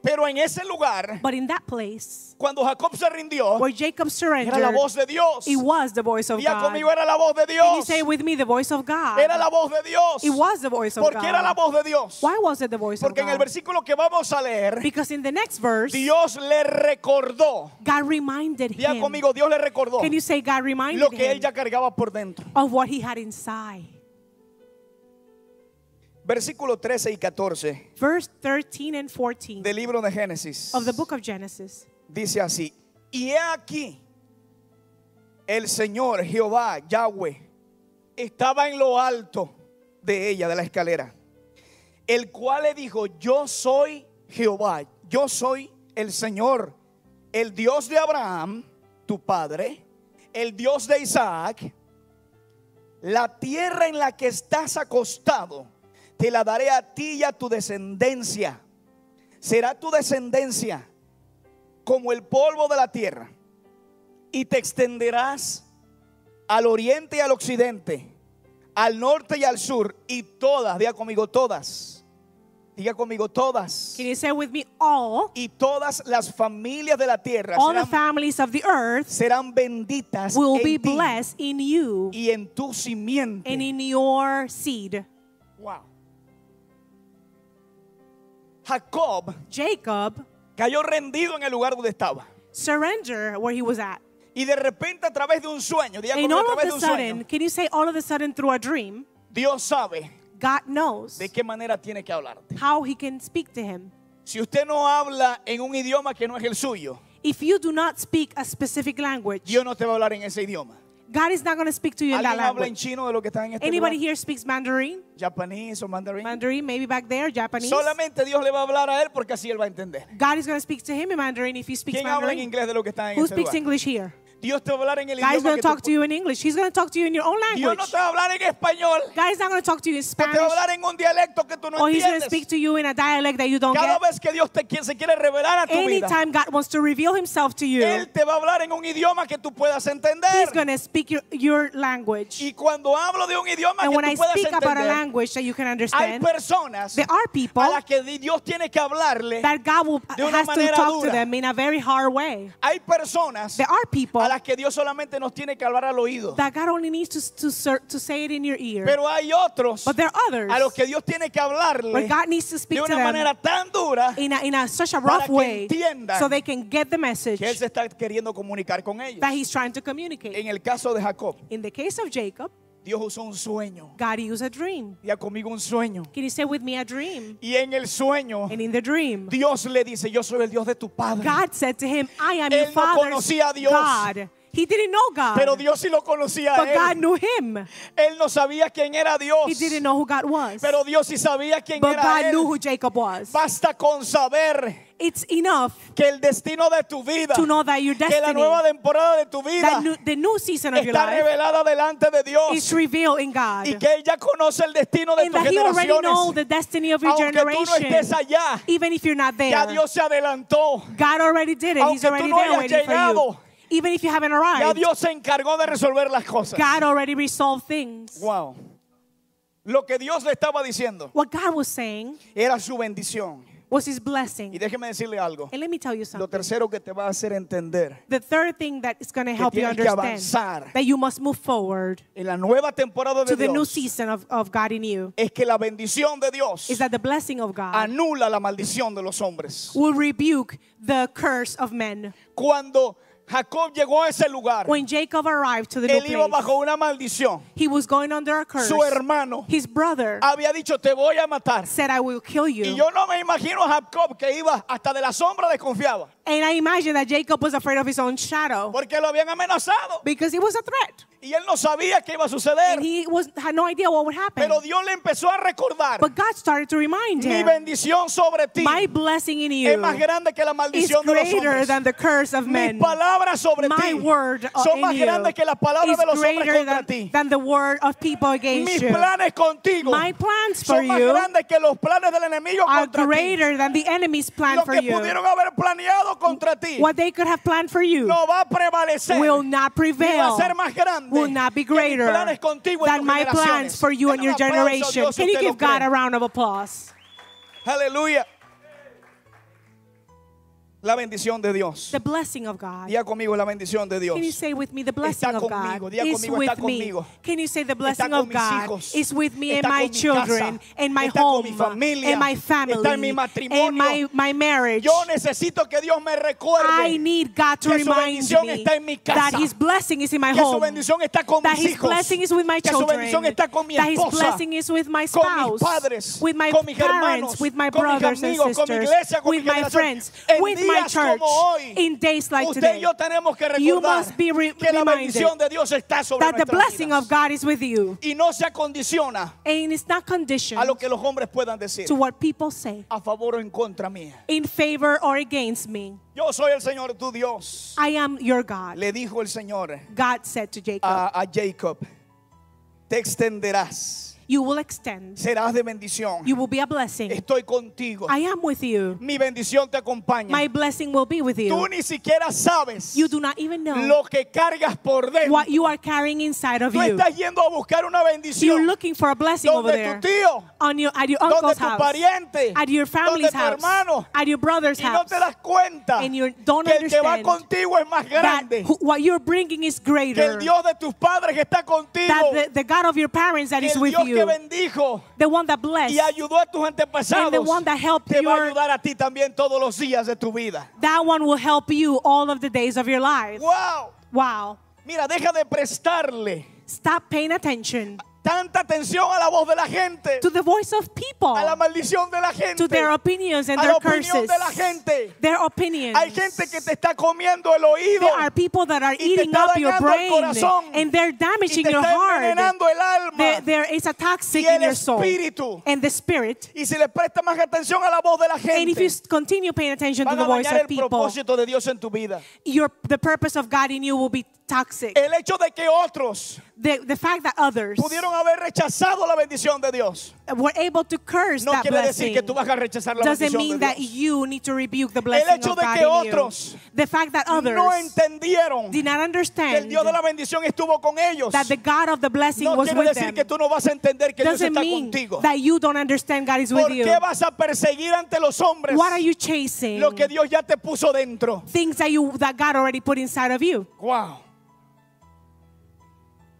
Pero en ese lugar,
But in that place
cuando Jacob se rindió,
where Jacob
era la
surrendered,
voz de Dios.
It was the voice of
Día
God.
conmigo era la voz de
Can you
Dios.
say with me the voice of God?
Era la voz de Dios.
It was the voice of
Porque era la
God.
voz de Dios.
Why was it the voice of
Porque en el
God?
versículo que vamos a leer,
Because in the next verse,
Dios le recordó.
God reminded
Día
him.
conmigo, Dios le recordó
Can you say God reminded
lo que él
him
ya cargaba por dentro.
of what he had inside?
Versículo 13 y 14
Verse 13 and 14
del libro de Génesis
of the book of Genesis.
dice así: Y he aquí, el Señor Jehová Yahweh estaba en lo alto de ella, de la escalera, el cual le dijo: Yo soy Jehová, yo soy el Señor, el Dios de Abraham, tu padre, el Dios de Isaac. La tierra en la que estás acostado te la daré a ti y a tu descendencia. Será tu descendencia como el polvo de la tierra y te extenderás al oriente y al occidente, al norte y al sur y todas, diga conmigo todas, diga conmigo todas
Can you say with me all,
y todas las familias de la tierra
all the
serán,
families of the earth
serán benditas
will
en
be
ti
blessed in you
y en tu simiente.
and in your seed.
Wow. Jacob
Jacob
cayó rendido en el lugar donde estaba.
surrendered where he was at.
Y de repente a través de un sueño, diga
And
conmigo, a
all of
través de
a
un
sudden,
sueño,
can you say all of a sudden through a dream?
Dios sabe
God knows
de qué manera tiene que hablarte.
how he can speak to him.
Si usted no habla en un idioma que no es el suyo,
If you do not speak a specific language,
Dios no te va a hablar en ese idioma.
God is not going to speak to you in that
¿Alguien habla en
language.
chino de lo que están en este
pues. Anybody
lugar?
here speaks Mandarin?
Japonés o mandarín.
Mandarin, maybe back there, Japanese.
Solamente Dios le va a hablar a él porque así él va a entender.
God is going to speak to him in Mandarin if he speaks
¿Quién habla en
Mandarin.
inglés de lo que están en
Who
este
speaks
lugar?
English here?
Dios te va a hablar en el idioma
Guy's going
que
to
tú-
talk to you in English. He's going to talk to you in your own
Dios
language.
no te va a hablar en español.
Guy's not going to talk to you in
Dios te va a
Spanish.
hablar en un dialecto que tú no
Or he's going
entiendes.
to speak to you in a dialect that you don't
Cada
get.
vez que Dios te quiere, se quiere revelar a tu vida,
Anytime God wants to reveal himself to you,
Él te va a hablar en un idioma que tú puedas entender.
he's going to speak your, your language.
Y cuando hablo de un idioma
And
que
when
tú
I
puedas
speak about a
entender,
language that you can
hay
understand,
personas
there are people
a las que di- Dios tiene que hablarle.
that God will,
de una
has to
manera
talk to
dura.
them in a very hard way.
Hay personas
There are
a
people
las que Dios solamente nos tiene que hablar al oído.
that God only needs to, to, ser- to say it in your ear.
Pero hay otros
But there are others
a los que Dios tiene que
where
hablarle
God needs to speak
de
to
una
them
manera tan dura
in, a, in a, such a
para
rough
que
way
entiendan
so they can get the message
que Él se está queriendo comunicar con ellos.
that he's trying to communicate.
En el caso de Jacob,
In the case of Jacob,
Dios usó un sueño.
God used a dream.
Diga conmigo un sueño.
Can you say with me a dream?
Y en el sueño,
And in the dream,
Dios le dice, yo soy el Dios de tu padre.
God said to him, I am
Él
your
no
father's
conocía a Dios.
God. He didn't know God,
Pero Dios sí lo conocía
but
a
God
él.
knew him.
Él no sabía quién era Dios.
He didn't know who God was,
Pero Dios sí sabía quién
but
era
God
él.
knew who Jacob was.
Basta con saber
It's enough
que el destino de tu vida,
to know that your
que la nueva
destiny,
temporada de tu vida
that new, the new season of your
está
life,
revelada delante de
is
Dios
revealed in God.
y que ella conoce el destino de
And
tus
that He already knows
generaciones.
the destiny of your
Aunque tú no estés
generation,
allá,
even if you're not
ya
there.
Dios se adelantó.
God already did it. He's
Aunque tú
already
no
there
hayas
waiting for you.
llegado,
Even if you haven't
Ya
arrived,
Dios se encargó de resolver las cosas.
God already resolved things.
Wow. Lo que Dios le estaba diciendo
What God was saying
era su bendición.
was His
Y
blessing.
déjeme decirle algo.
And let me tell you
Lo
something.
tercero que te va a hacer entender
The third thing that is going to help you
tienes que
understand
avanzar.
that you must move forward
en la nueva temporada de
to the new
Dios
season of, of God in you
es que la bendición de Dios
is that the blessing of God
anula la maldición de los hombres.
will rebuke the curse of men.
Cuando Jacob llegó a ese lugar,
When Jacob arrived to the
él iba
new place,
bajo una maldición.
he was going under a curse.
Su hermano
His brother
había dicho, te voy a matar.
said, I will kill
Y
you.
yo no me imagino a Jacob que iba hasta de la sombra desconfiaba,
And I imagine that Jacob was afraid of his own shadow
porque lo habían amenazado
because it was a threat.
y él no sabía qué iba a
And
suceder.
he was, had no idea what would happen.
Pero Dios le empezó a recordar,
But God started to remind
mi
him,
bendición sobre ti
My blessing in
es más
you
grande que la
is
maldición de los
greater
hombres.
than the curse of
Mis
men.
palabras sobre
My
ti
word uh,
son
in
más
you
grandes que las palabras de
is
los hombres
greater
contra
than,
ti.
than the word of people
Mis
against you.
planes contigo
My plans for
son más
you
grandes que los planes del enemigo
are
contra ti.
greater than the enemy's plan
Lo
for
que
you.
pudieron haber planeado contra ti
What they could have planned for you
no va a prevalecer.
will not
Ni va a
prevail,
ser más grande
will not be
que mis
greater
planes contigo en
than
tus
my plans
generaciones.
for you and
Dale
your
un aplauso a
generation.
Dios si
Can you
usted lo
give God
cree.
a round of applause?
Aleluya. La bendición de Dios.
The blessing of God.
Diga conmigo la bendición de Dios.
Can you say with me the blessing of God
conmigo, diga
is
conmigo,
with
está
me?
conmigo.
Can you say the blessing
con
of
mis
God
hijos,
is with me and
está
my
con mi casa,
children and my
está con
home
mi familia,
and my
está en
family
mi
and my,
matrimonio.
my marriage?
Yo necesito que Dios me recuerde
I need God to
que su
remind
bendición
me
está en mi
that
casa,
His blessing is in my
que su
home,
bendición está con
that
mis
His
hijos,
blessing is with my
que su
children,
bendición está con mi
that His
esposa,
blessing is with my
con mis
spouse,
padres,
with my
con mis
parents,
hermanos,
with my
con mis
brothers and
amigos, con mi
sisters,
iglesia, con mi
with my
generación.
friends,
En
with my
días como
church,
hoy,
in days like
Usted
today.
y yo tenemos que
You
recordar
must be re-
que la
reminded
bendición de Dios está sobre
that the
nuestras
blessing
vidas.
of God is with you.
y no se acondiciona
And it's not conditioned
a lo que los hombres puedan decir
to what people say
a favor o en contra mía.
in favor or against me.
Yo soy el Señor tu Dios,
I am your God.
le Ah. dijo el Señor
God said to Jacob,
a, a Jacob. Te extenderás,
You will extend,
serás de bendición.
you will be a blessing.
Estoy contigo.
I am with you.
Mi bendición te acompaña.
My blessing will be with
Tú
you.
ni siquiera sabes
You do not even know
lo que cargas por dentro.
what you are carrying inside of
Tú
you.
estás yendo a buscar una
You're
bendición
looking for a blessing over
donde tu
there
tío,
on your, at your
donde
uncle's
tu
house,
pariente,
at your
donde
family's
tu
house,
hermano,
at your brother's
y no
house.
te das cuenta
And you don't
que el que va
understand
contigo es más
That
grande,
who- what you're bringing is
que el
greater.
Dios de tus padres que está contigo,
That the, the God of your parents that
que
is
el
with
Dios que
you,
bendijo
the one that blessed,
y ayudó a tus antepasados,
And the one that helped
te va a
your-
ayudar a ti también todos los días de tu vida.
that one will help you all of the days of your life.
Wow.
Wow.
Mira, deja de prestarle
Stop paying attention
tanta atención a la voz de la gente,
to the voice of people,
a la maldición de la gente,
to their opinions and
a la
their
opinión
curses,
de la gente.
their opinions.
Hay gente que te está comiendo el oído
there are people that are
te
eating
está
up your
dañando el
brain
corazón,
and they're
y
damaging
te
your
está
heart.
envenenando el alma.
There, there is a toxic
Y el
in your soul
espíritu.
and the spirit.
y si le presta más atención a la voz de la
And if you
gente,
continue paying attention to
van
the
a
voice
dañar
of
el
people,
propósito de Dios en tu vida.
your the purpose of God in you will be toxic.
El hecho de que otros
The, the fact that others
pudieron haber rechazado la bendición de Dios
were able to curse
no
that
quiere decir
blessing
que tú vas a rechazar la
doesn't
bendición
mean
de
that
Dios.
you need to rebuke the blessing
hecho
of
de
God
que
in you.
otros
The fact that others
No entendieron
did
que
not
el
understand
Dios de la bendición estuvo con ellos.
that the God of the blessing
No
was
quiere
with
decir
them
que tú no vas a entender que Dios
doesn't
está
mean
contigo.
that you don't understand God is
¿Por
with you.
qué vas a perseguir ante los hombres
What are you chasing?
lo que Dios ya te puso dentro?
Things that you that God already put inside of you.
Wow.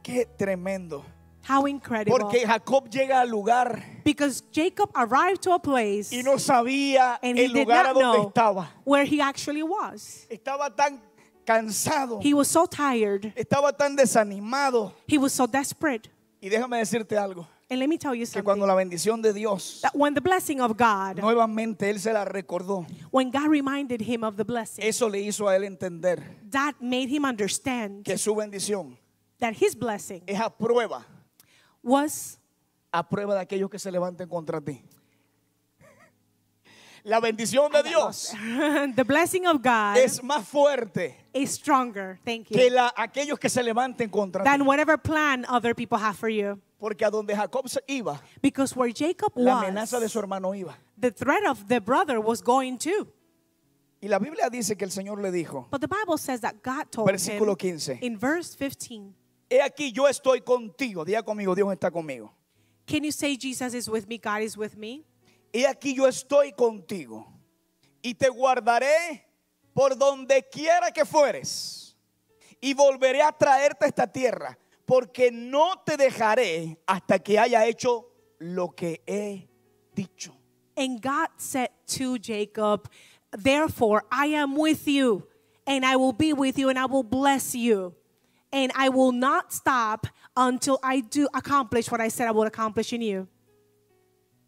Qué tremendo.
How incredible.
Porque Jacob llega al lugar
because Jacob arrived to a place
y no sabía
and he
el
did
lugar a
not
donde
know
estaba.
where he actually was.
Estaba tan cansado,
He was so tired.
estaba tan desanimado.
He was so desperate.
Y déjame decirte algo,
And let me tell you
que
something.
cuando la bendición de Dios
That when the blessing of God,
nuevamente él se la recordó,
when God reminded him of the blessing,
eso le hizo a él entender
that made him understand
que su bendición
that his blessing
es a prueba,
was
a prueba de aquellos que se levanten contra ti. La bendición de Dios
the blessing of God
es más fuerte
is stronger. Thank you.
que la, aquellos que se levanten contra ti.
than whatever plan other people have for you.
Porque a donde Jacob se iba,
Because where Jacob
la amenaza de
was,
su hermano iba.
the threat of the brother was going too.
Y la Biblia dice que el Señor le dijo,
But the Bible says that God told
Versículo 15.
him in verse 15.
he aquí yo estoy contigo, diga conmigo, Dios está conmigo.
Can you say Jesus is with me, God is with me?
He aquí yo estoy contigo y te guardaré por donde quiera que fueres y volveré a traerte a esta tierra porque no te dejaré hasta que haya hecho lo que he dicho.
And God said to Jacob, Therefore, I am with you, and I will be with you, and I will bless you. And I will not stop until I do accomplish what I said I would accomplish in you.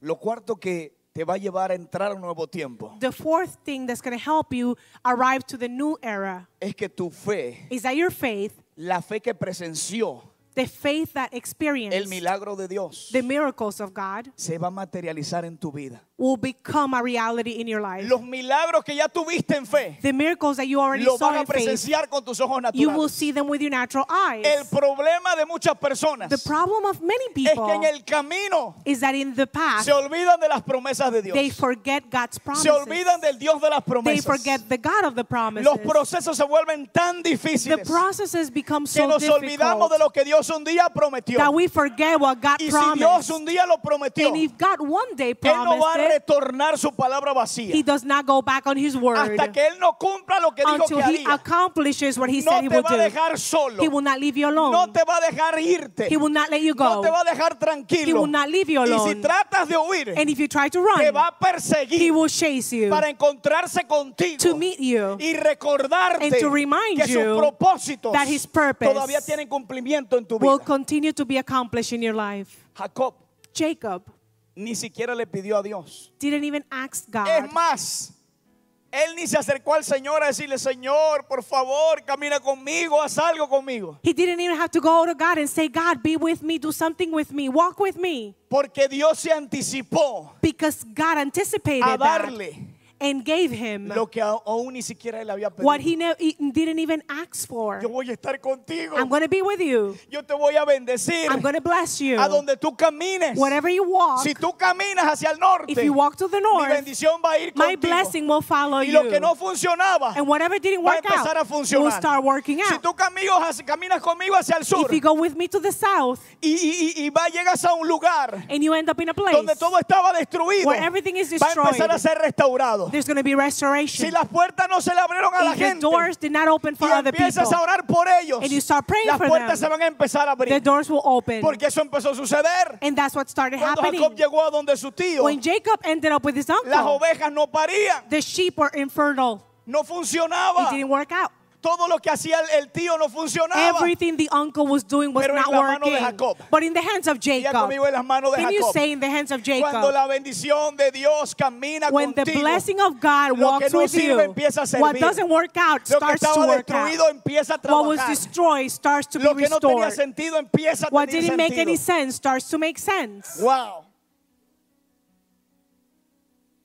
Lo cuarto que te va a llevar a entrar a un nuevo tiempo
The fourth thing that's going to help you arrive to the new era
es que tu fe,
is that your faith,
la fe que presenció
the faith that
el
experienced
milagro de Dios,
the miracles of God,
se va a materializar en tu vida.
will become a reality in your life.
Los milagros que ya tuviste en fe,
The miracles that you already
los vas
saw
a
in faith,
presenciar con tus ojos
you will
naturales.
see them with your natural eyes.
El problema de muchas personas
The
es
problem of many
que en
people
el camino
is that in the past,
se olvidan de las promesas de Dios.
they forget God's
Se
promises.
olvidan del Dios de las
They
promesas.
forget the God of the promises.
Los procesos se vuelven tan
The
difíciles
processes become
que
so
nos olvidamos
difficult
de lo que Dios un día prometió.
that we forget what God
Y si Dios
promised.
un día lo prometió,
And
Él
if God one day
no va a
promised it,
retornar su palabra vacía
he does not go back on his word
hasta que Él no cumpla lo que dijo que
until he
haría.
accomplishes what he said
No
he
te
will
va a
do.
dejar solo.
He will not leave you alone.
No te va a dejar irte.
He will not let you
No
go.
te va a dejar tranquilo.
He will not leave you
Y si
alone.
tratas de huir,
and if you try to
te
run,
va a
he
perseguir
will chase you
para encontrarse contigo
to meet you.
y recordarte
and to remind
que sus
you
propósitos
that his purpose
todavía tienen cumplimiento en tu vida.
will continue to be accomplished in your life.
Jacob
Jacob
ni siquiera le pidió a Dios.
didn't even ask God.
Es más, él ni se acercó al Señor a decirle, Señor, por favor, camina conmigo, haz algo conmigo.
He didn't even have to go to God and say, God, be with me, do something with me, walk with me.
Porque Dios se anticipó
Because God anticipated
a
that
darle
and gave him
lo que aún ni siquiera él había pedido.
what he, ne- he didn't even ask for.
Yo voy a estar contigo.
I'm going to be with you.
Yo te voy a bendecir
I'm going to bless you.
a donde tú camines.
Wherever you walk,
Si tú caminas hacia el norte,
if you walk to the
mi
north,
bendición va a ir
my
contigo.
blessing will follow
y lo que
you.
no funcionaba
And whatever didn't
va a
work
empezar a
out will
funcionar.
start working
si
out.
tú caminos hacia- caminas conmigo hacia el sur
If you go with me to the south
y, y- y- y va, llegas a un lugar
and you end up in a place,
donde todo estaba destruido,
where everything is
va a empezar
destroyed.
a ser restaurado.
there's going to be restoration.
Si las puertas no se le abrieron a la
if the
gente,
doors did not open
y
for other people,
empiezas a orar por ellos,
and you start praying
las
for
puertas se
them,
van a empezar a abrir.
the doors will open.
Porque eso empezó a suceder.
and that's what started
Cuando
happening.
Jacob llegó a donde su tío,
when Jacob ended up with his
las
uncle,
ovejas no parían,
the sheep were infertile.
no funcionaba.
It didn't work out.
Todo lo que hacía el, el tío no funcionaba.
Everything the uncle was doing was
Pero en
not
la mano de
working.
Jacob.
But in the hands of
Diga
Jacob.
conmigo en las manos de
Can you
Jacob.
say in the hands of
Cuando
Jacob?
la bendición de Dios camina
When the
contigo,
blessing of God
lo que
walks
no
with
sirve
you,
empieza a
what
servir.
doesn't work out
lo que
starts to
estaba
work
destruido
out.
empieza a
What was
trabajar.
destroyed starts to
Lo
be
que no tenía
restored.
sentido empieza a
What
tener
didn't make any
sentido.
sense starts to make sense.
Wow.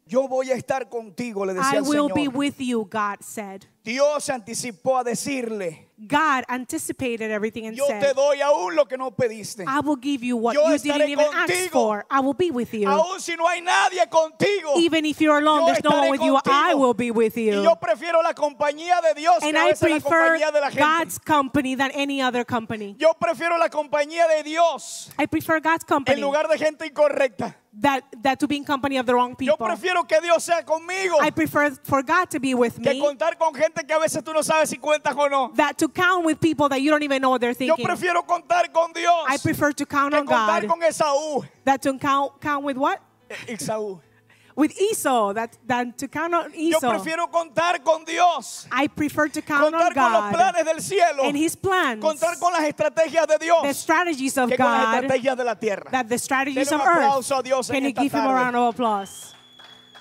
Yo voy a estar contigo, le decía
I
el
will
Señor.
be with you, God said.
Dios se anticipó a decirle,
God anticipated everything and
yo te
said,
doy aún lo que no pediste.
I will give you what
Yo
you
estaré
didn't even ask
contigo.
for. I will be with you.
Aún si no hay nadie contigo.
Even if you're alone,
Yo
there's no one
estaré
with you, I
contigo.
will be with
y
you.
yo prefiero la compañía de Dios
And
que a
I
veces la
prefer
compañía de la gente.
God's company than any other company.
Yo prefiero la compañía de Dios
I prefer God's
en
company
lugar de gente incorrecta.
that, that to be in company of the wrong
Yo
people.
prefiero que Dios sea conmigo
I prefer for God to be with
que
me
contar con gente que a veces tú no sabes si cuentas o no.
that to count with people that you don't even know what they're
Yo
thinking.
prefiero contar con Dios
I prefer to count
que
on
contar
God
con Esaú.
that to count count with what?
Eh, Esaú.
With Esau that than to count on
Yo
Esau.
prefiero contar con Dios,
I prefer to count on
contar con los
God
planes del cielo,
and His plans,
contar con las estrategias de
the
Dios
strategies of
que con las
God,
estrategias de la tierra.
that the strategies
Dele un
of earth.
aplauso a Dios en
Can you
esta
give Him a
tarde.
round of applause?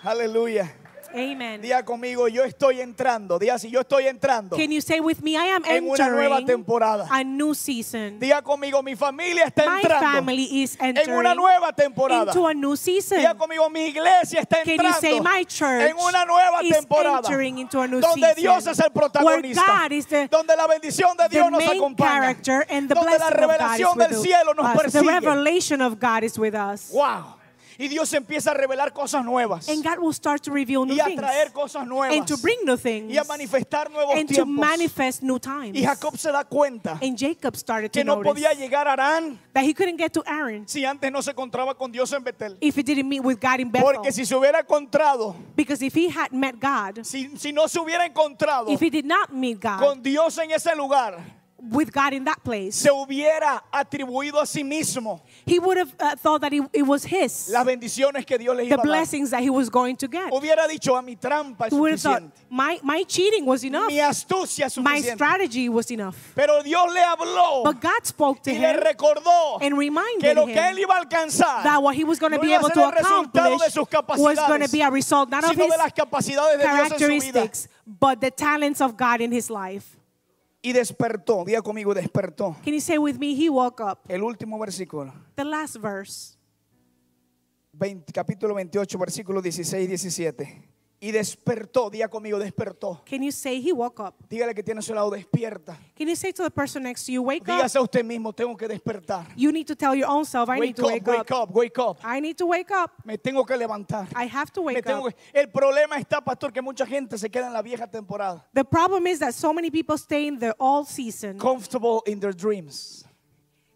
Aleluya.
Amen.
Diga conmigo, yo estoy entrando. Diga si yo estoy entrando.
Can you say with me, I am
En una nueva
entering
temporada.
a new season.
Diga conmigo, mi familia está
My
entrando
family is
en una
entering
nueva temporada.
into a new season.
Diga conmigo, mi iglesia está
Can you
entrando
say my church
en una nueva
is
temporada
entering into a new
donde
season,
Dios es el
Where
protagonista,
God is the,
donde la bendición de Dios
the
nos
main
acompaña,
character and the
donde la
blessing of God is
revelación
with
del cielo nos
us. The
persigue.
revelation of God is with us.
Wow. Y Dios empieza a revelar cosas nuevas
And God will start to reveal new
y a
things
traer cosas nuevas
and to bring new things
y a manifestar nuevos
and to
tiempos.
manifest new times.
Y Jacob se da cuenta
and Jacob started to
que no
notice
podía llegar a Arán
that he couldn't get to Aaron
si antes no se encontraba con Dios en Betel.
if he didn't meet with God in Bethel.
Porque si se hubiera encontrado,
because if he had met God,
si, si no se hubiera encontrado
if he did not meet God
con Dios en ese lugar,
with God in that place,
se hubiera atribuido a sí mismo
he would have uh, thought that it, it was his.
las bendiciones que Dios le iba
the
a dar.
blessings that he was going to get.
Hubiera dicho a mi trampa es
He would have thought,
suficiente,
my, my cheating was enough.
mi astucia es
My
suficiente.
strategy was enough.
Pero Dios le habló
But God spoke to
y le
him
recordó
and reminded
que lo
him
que él iba a alcanzar
that what he was going to
no
be
iba a
able
ser
to
el resultado
accomplish
de sus
was going to
capacidades,
be a result not of
sino
his
de las capacidades de Dios en su vida.
characteristics, but the talents of God in his life.
Y despertó, diga conmigo, despertó.
Can you say with me, he woke up?
El último versículo,
The last verse.
20 capítulo 28, versículo 16 y 17. Y despertó, diga conmigo, despertó.
Can you say he woke up?
Dígale que tiene a su lado, despierta.
Can you say to the person next to you, wake up?
Dígase a usted mismo, tengo que despertar.
You need to tell your own self, I
Wake
need to wake
up,
up.
wake up, wake up.
I need to wake up.
Me tengo que levantar.
I have to
Me
wake up.
tengo que- El problema está, pastor, que mucha gente se queda en la vieja temporada.
The problem is that so many people stay in the all season,
Comfortable in their dreams.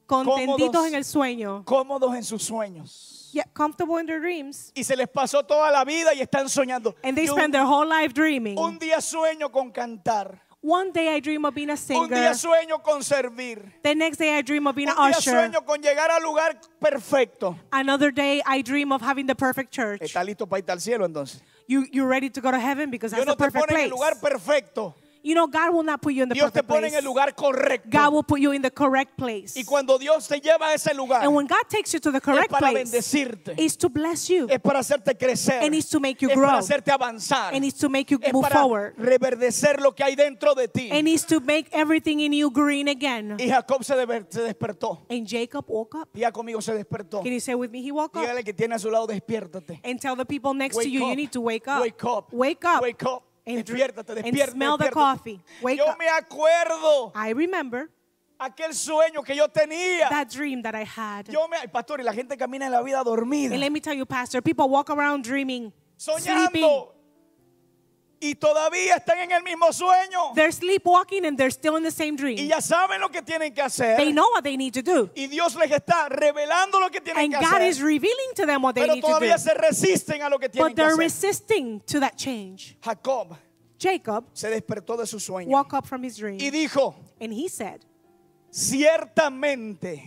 contentitos
cómodos.
en el sueño,
Cómodos en sus sueños.
yet comfortable in their dreams,
Y se les pasó toda la vida y están soñando.
and they
Yo
spend their whole life dreaming.
un día sueño con cantar.
One day I dream of being a
Un día
singer.
sueño con servir.
The next day I dream of being an
Un día
usher.
sueño con llegar al lugar perfecto.
Another day I dream of having the perfect church.
Está listo para irte al cielo entonces.
You you're ready to go to heaven because that's
Dios no
the
te
perfect
pone en el
place.
lugar perfecto.
You know God will not put you in the
Dios te
perfect
pone en el
place.
lugar
God
correcto.
will put you in the correct place.
Y cuando Dios te lleva a ese lugar,
And when God takes you to the
es
correct
para
place,
bendecirte.
is to bless you
Es para hacerte crecer.
And it's to make you
es
grow.
para hacerte avanzar.
and is to make you
es
move
para
forward.
reverdecer lo que hay dentro de ti.
and is to make everything in you green again.
y Jacob se, deber- se despertó.
And Jacob woke up.
Diga conmigo, se despertó.
Can you say with me, he woke up?
Dígale que tiene a su lado, despiértate.
And tell the people next to you, you need to wake up.
Wake up.
Wake up.
Wake up.
And drink-
despiértate,
and
despiértate.
smell the
despiértate.
coffee. Wake
yo
up.
me acuerdo
I remember
aquel sueño que yo tenía.
that dream that I had.
yo me, ay, pastor, y la gente camina en la vida dormida,
And let me tell you, Pastor, people walk around dreaming, sleeping.
soñando. Y todavía están en el mismo sueño.
They're sleepwalking and they're still in the same
y
dream.
ya saben lo que tienen que hacer.
They know what they need to do.
y Dios les está revelando lo que tienen
And
que
God is
hacer.
revealing to them what they
Pero
need to
todavía
do.
se resisten a lo que tienen
But
que
they're
hacer.
resisting to that change.
Jacob
Jacob
se despertó de su sueño
woke up from his
y
dream
dijo,
and he said,
ciertamente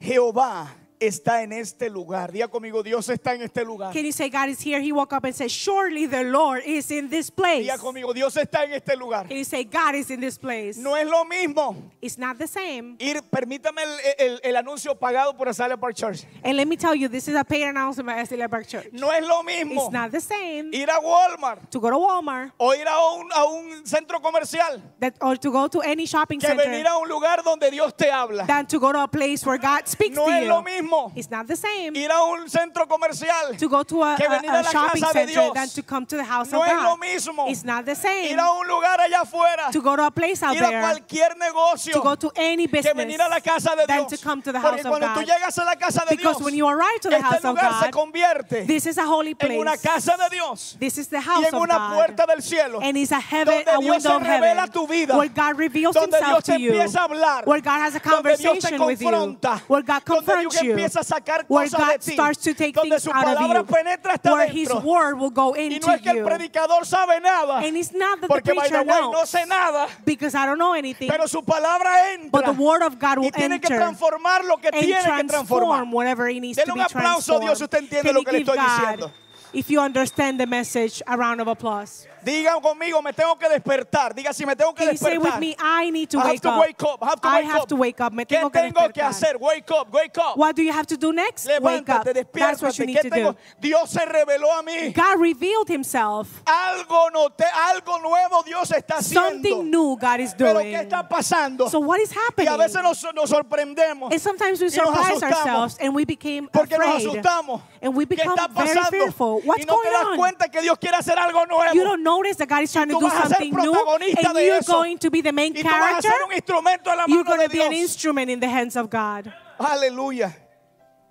Jehová está en este lugar. Diga conmigo, Dios está en este lugar.
Can you say God is here? He woke up and said, Surely the Lord is in this place.
Diga conmigo, Dios está en este lugar.
Can you say God is in this place?
No es lo mismo
It's not the same.
ir, permítame el, el- el anuncio pagado por Azalea Park Church.
And let me tell you, this is a paid announcement by Estela Park Church.
No es lo
It's
mismo
not the same
ir a Walmart
to go to Walmart
o ir a un, a un centro comercial
that, or to go to any shopping
que venir
center
a un lugar donde Dios te habla.
than to go to a place where God speaks
No
to
es
you.
lo mismo
It's not the same
ir a un centro comercial,
to go to a,
que venir
a-
a
a
la
shopping
casa de
center
Dios.
than to come to the house
No
of
es lo
God.
mismo.
It's not the same
ir a un lugar allá afuera,
to go to a place out
ir a
there
cualquier
to
negocio,
go to any
que
business
venir a la casa de
than
Dios.
to come to the
Porque
house of
cuando tú
God.
llegas a la casa de
Because
Dios,
when you arrive to the
este
house of
lugar se
God,
convierte
This is a holy
en una
place.
casa de Dios
This is the
y
house
en
of
una
God.
puerta del cielo.
And it's a heaven,
donde
a
Dios
window
se
of
revela
heaven
tu vida,
where God reveals
donde Dios
Himself
te
to you,
empieza a hablar,
where God has a
donde Dios te
conversation with you,
confronta,
where God
donde
confronts
Dios
you,
empieza a sacar
where
cosas de
God
ti,
starts to take
donde
things
su
out
palabra
of
penetra hasta
you, where His
dentro.
word will go
Y
into
no es que el
you.
predicador sabe nada,
And it's not that the
porque by the
preacher
way, no
knows,
sé nada,
because I don't know anything,
pero su palabra entra
but the word of God
y
will
tiene que
enter
transformar lo que
and
tiene que transformar.
transform whatever it needs
Dele
to
un
be
aplauso a
transformed.
Dios si usted entiende
Can
lo
you
que le
give
estoy
God,
diciendo?
if you understand the message, a round of applause.
Digan conmigo, me tengo que despertar. Diga si me tengo que
Can you say with
despertar.
me, I need to
I have
wake
to
up.
wake up. I have to
I
wake
have
up.
to wake up. Me
¿Qué
tengo que
tengo que
despertar.
hacer? Wake up, wake up.
What do you have to do next? wake up.
Levántate,
That's what you
despiértate.
need
¿Qué
to
tengo? Dios se reveló a
do.
mí.
God revealed himself.
Algo noté, algo nuevo Dios está haciendo.
Something new God is
Pero ¿qué
doing.
está pasando?
So what is
Y
happening?
a veces nos, nos sorprendemos.
and sometimes
y
we
nos
surprise
asustamos.
ourselves and we became
Porque nos
afraid.
asustamos.
And we
¿Qué
become
está
very
pasando?
fearful. What's
y no te
going
das
on?
cuenta que Dios quiere hacer algo nuevo.
You don't notice that God is trying to
tú
do
vas a ser
something new
protagonista
and
de
you're
eso.
going to be the main
y tú vas a
character.
ser un instrumento en la mano
You're going
de
to be an
Dios.
instrument in the hands of God.
Aleluya.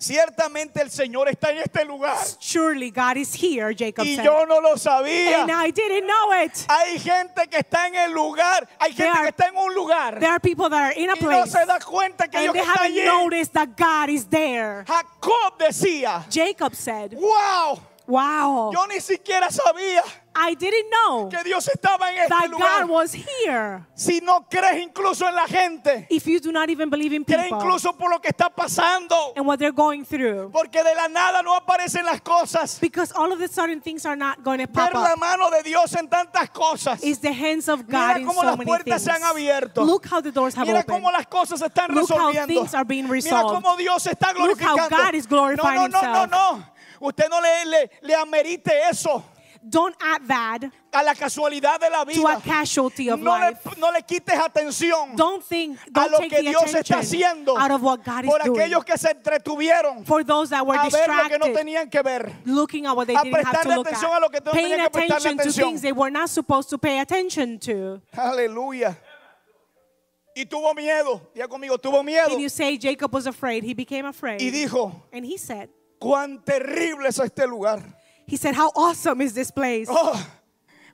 Ciertamente el Señor está en este lugar.
Surely God is here, Jacob
Y
said.
yo no lo sabía.
And I didn't know it.
Hay gente que está en el lugar. Hay
There
gente que
are-
está en un lugar.
There are people that are in a
Y no
place
se da cuenta que Dios
and they
está
haven't
allí.
noticed that God is there.
Jacob decía,
Jacob said,
wow,
Wow,
yo ni siquiera sabía
I didn't know
que Dios estaba en este
that
lugar.
God was here.
Si no crees incluso en la gente,
If you do not even believe in
cree
people
incluso por lo que está pasando.
and what they're going through,
Porque de la nada no aparecen las cosas.
because all of a sudden things are not going to
Ver
pop
la
up.
mano de Dios en tantas cosas.
It's the hands of
Mira
God in
cómo
so
las
many
puertas
things.
se han abierto.
Look how the doors have
Mira cómo
opened.
las cosas se están
Look how
resolviendo.
things are being
Mira
resolved.
cómo Dios se está
Look how
glorificando.
God is glorifying
no, no, no, no,
himself.
no. Usted no le, le, le amerite eso
Don't add that
a la casualidad de la
to
vida.
a casualty of
No le,
life.
no le quites atención
Don't think,
a
don't
lo
take
que
the
Dios está
attention
haciendo
out of what God is
por
doing.
aquellos que se entretuvieron
For those that were
a ver lo que no
distracted,
tenían que ver.
looking at what they
a
didn't have
prestarle
to look
atención a lo que
at,
no
paying
tenía que prestarle
attention to
atención.
things they were not supposed to pay attention to.
Aleluya. Y tuvo miedo. Diga conmigo, tuvo miedo.
And you say Jacob was afraid. He became afraid.
Y dijo,
and he said,
cuán terrible es este lugar.
he said, how awesome is this place?
Oh,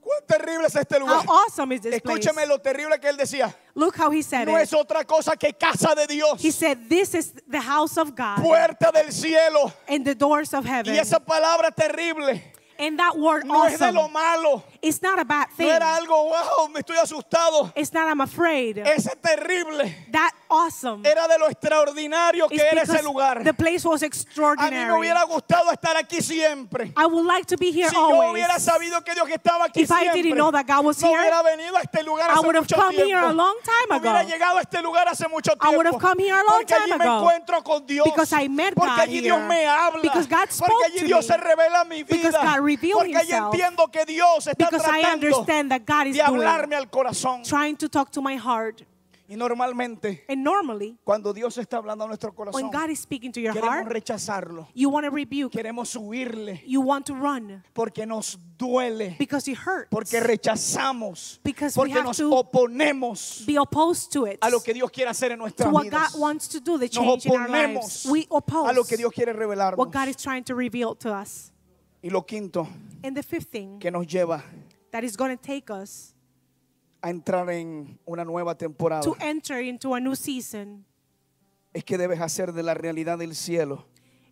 cuán terrible es este
how
lugar.
awesome is this place?
Escúcheme lo terrible que él decía.
Look how he said
No
it.
es otra cosa que casa de Dios,
He said, this is the house of God
puerta del cielo.
and the doors of heaven.
Y esa palabra terrible
and that word
no es de
awesome,
lo malo.
it's not a bad thing.
No era algo, wow, me estoy asustado.
it's not I'm afraid.
Ese terrible
that awesome
era de lo extraordinario eh, que
is
era ese
because
lugar.
the place was
A mí
extraordinary.
me hubiera gustado estar aquí siempre.
I would like to be here
Si yo
always.
hubiera sabido que Dios estaba aquí
If I
siempre,
didn't know that God was
no
here,
hubiera venido a este lugar
I
hace
would have
mucho
come
tiempo.
here a long time
No hubiera
ago.
llegado a este lugar hace mucho tiempo.
would have come here a long
porque allí
time
me
ago.
encuentro con Dios.
Because I met
porque
God
allí Dios
here.
me habla.
Because God spoke
porque allí
to
Dios
me.
se revela a mi vida.
Because God revealed
porque allí
himself.
entiendo que Dios está
because I
tratando
understand that God is
de
doing,
hablarme al corazón.
trying to talk to my heart.
Y normalmente,
And normally,
cuando Dios está hablando a nuestro corazón,
when God is speaking to your
queremos
heart,
rechazarlo.
you want to rebuke,
Queremos huirle
you want to run
porque nos duele.
because it hurts.
Porque rechazamos,
Because we
porque
have
nos
to
oponemos
be opposed to it.
a lo que Dios quiere hacer en
to
nuestras
what God
vidas.
wants to do, the
Nos
change in our lives.
oponemos
We oppose
a lo que Dios quiere revelarnos.
what God is trying to reveal to us.
Y lo quinto
And the fifth thing
que nos lleva
that is going to take us
a entrar en una nueva temporada
to enter into a new season
es que debes hacer de la realidad del cielo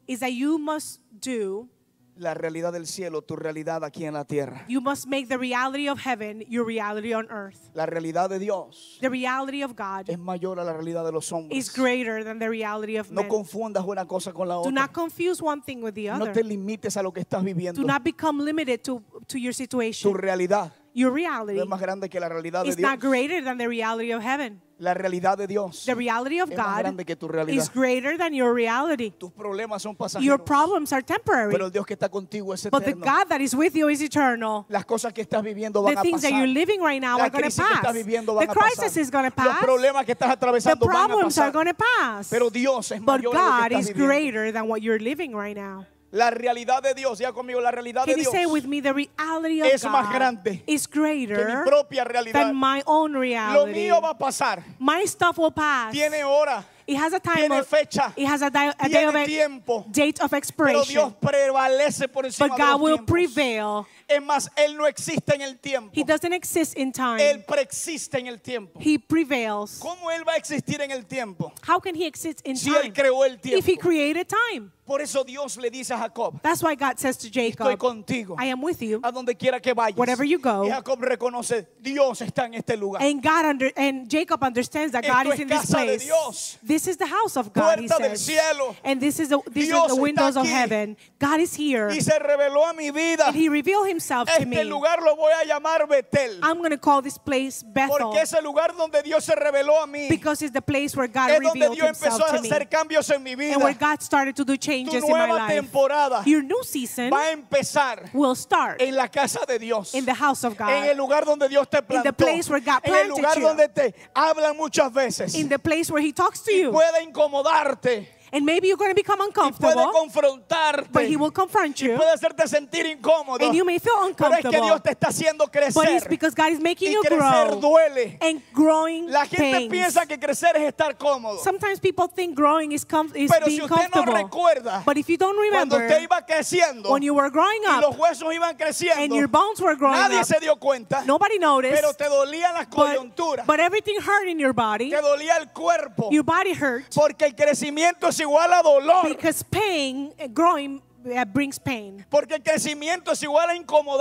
is that you must do
la realidad del cielo tu realidad aquí en la tierra.
You must make the reality of heaven your reality on earth.
La realidad de Dios
The reality of
es
God
mayor a la realidad de los
is
hombres.
greater than the reality of
No
men.
confundas una cosa con la
Do
otra.
not confuse one thing with the
No
other.
te limites a lo que estás viviendo.
Do not become limited to, to your
Tu
situation.
realidad
Your
no
reality
es más grande que la realidad de
is
Dios.
not greater than the reality of heaven.
La realidad de Dios.
The reality of
Es más grande
God
que tu
is
realidad.
greater than your reality.
Tus problemas son
Your
pasajeros.
problems are
Pero
temporary,
el Dios que está contigo es
but the
eterno.
God that is with you is eternal.
Las cosas que estás viviendo van
The
a
things that you're
pasar.
living right now
La
are going to
crisis que
pass.
estás viviendo van
The
a
crisis
pasar.
is going to
Los
pass.
problemas que estás
The
atravesando van a
problems are
pasar.
going to pass.
Pero Dios es
But
mayor a lo
God
que estás
is
viviendo.
greater than what you're living right now.
La realidad de Dios, ya conmigo, la realidad de
Can you
Dios
say with me the reality of
es más
God
grande
is
que mi
greater
propia realidad.
than my own
Lo
reality?
mío va a pasar.
My stuff will pass.
Tiene hora,
It has a time
tiene
of
fecha,
It has a, di- a day
tiene
of ex-
tiempo.
date of
pero
expiration.
Dios prevalece por encima
but
de
God
los
will
tiempos.
prevail.
Es más, Él no existe en el tiempo.
He doesn't exist in time.
Él preexiste en el tiempo.
he prevails.
¿Cómo Él va a existir en el tiempo?
How can he exist in
Si
time
Él creó el
if he
tiempo.
created time?
Por eso Dios le dice a Jacob,
That's why God says to
estoy
Jacob,
contigo.
I am with you.
A donde quiera que vayas.
Wherever you go.
Y Jacob reconoce, Dios está en este lugar.
And God under, and Jacob understands that
Esto
God
es
is in this
casa de
place.
Dios.
This is the house of God, he
Puerta del
says.
cielo.
And this is the, these
Dios
are the
está
windows of
aquí.
heaven. God is here.
Y se reveló a mi vida.
And he revealed himself to me.
Este lugar lo voy a llamar Betel.
I'm going to call this place Bethel
Porque es el lugar donde Dios se reveló a mí.
because it's the place where God
Es donde
revealed
Dios
himself
empezó a
to me.
hacer cambios en mi vida.
And where God started to do
Tu
changes in my
nueva
life.
temporada
Your new season
va a empezar
will start
en la casa de Dios.
in the house of
En el
God,
lugar donde Dios te plantó.
place where God
En el lugar
planted you.
donde te hablan muchas veces.
in the place where He talks to
Y
you.
puede incomodarte.
And maybe you're going to become
Puede
uncomfortable,
confrontarte.
but He will confront you,
puede hacerte sentir incómodo.
and you may feel
Pero es que
uncomfortable.
Dios te está haciendo
But it's
crecer.
because God is making
Y
you
crecer
grow.
duele.
And growing
La gente
pains.
piensa que crecer es estar cómodo.
Sometimes people think growing is, com- is
Pero si
being
usted no
comfortable.
recuerda,
but if you don't
cuando
remember,
usted iba creciendo
when you were growing
y los
up
huesos iban
and
creciendo,
your bones were growing
nadie
up,
se dio cuenta,
nobody noticed.
pero te dolían las coyunturas,
but, but everything hurt in your body.
te dolía el cuerpo,
Your body hurt
porque el crecimiento es igual a dolor,
because pain, uh, growing uh, brings pain.
porque el crecimiento es igual a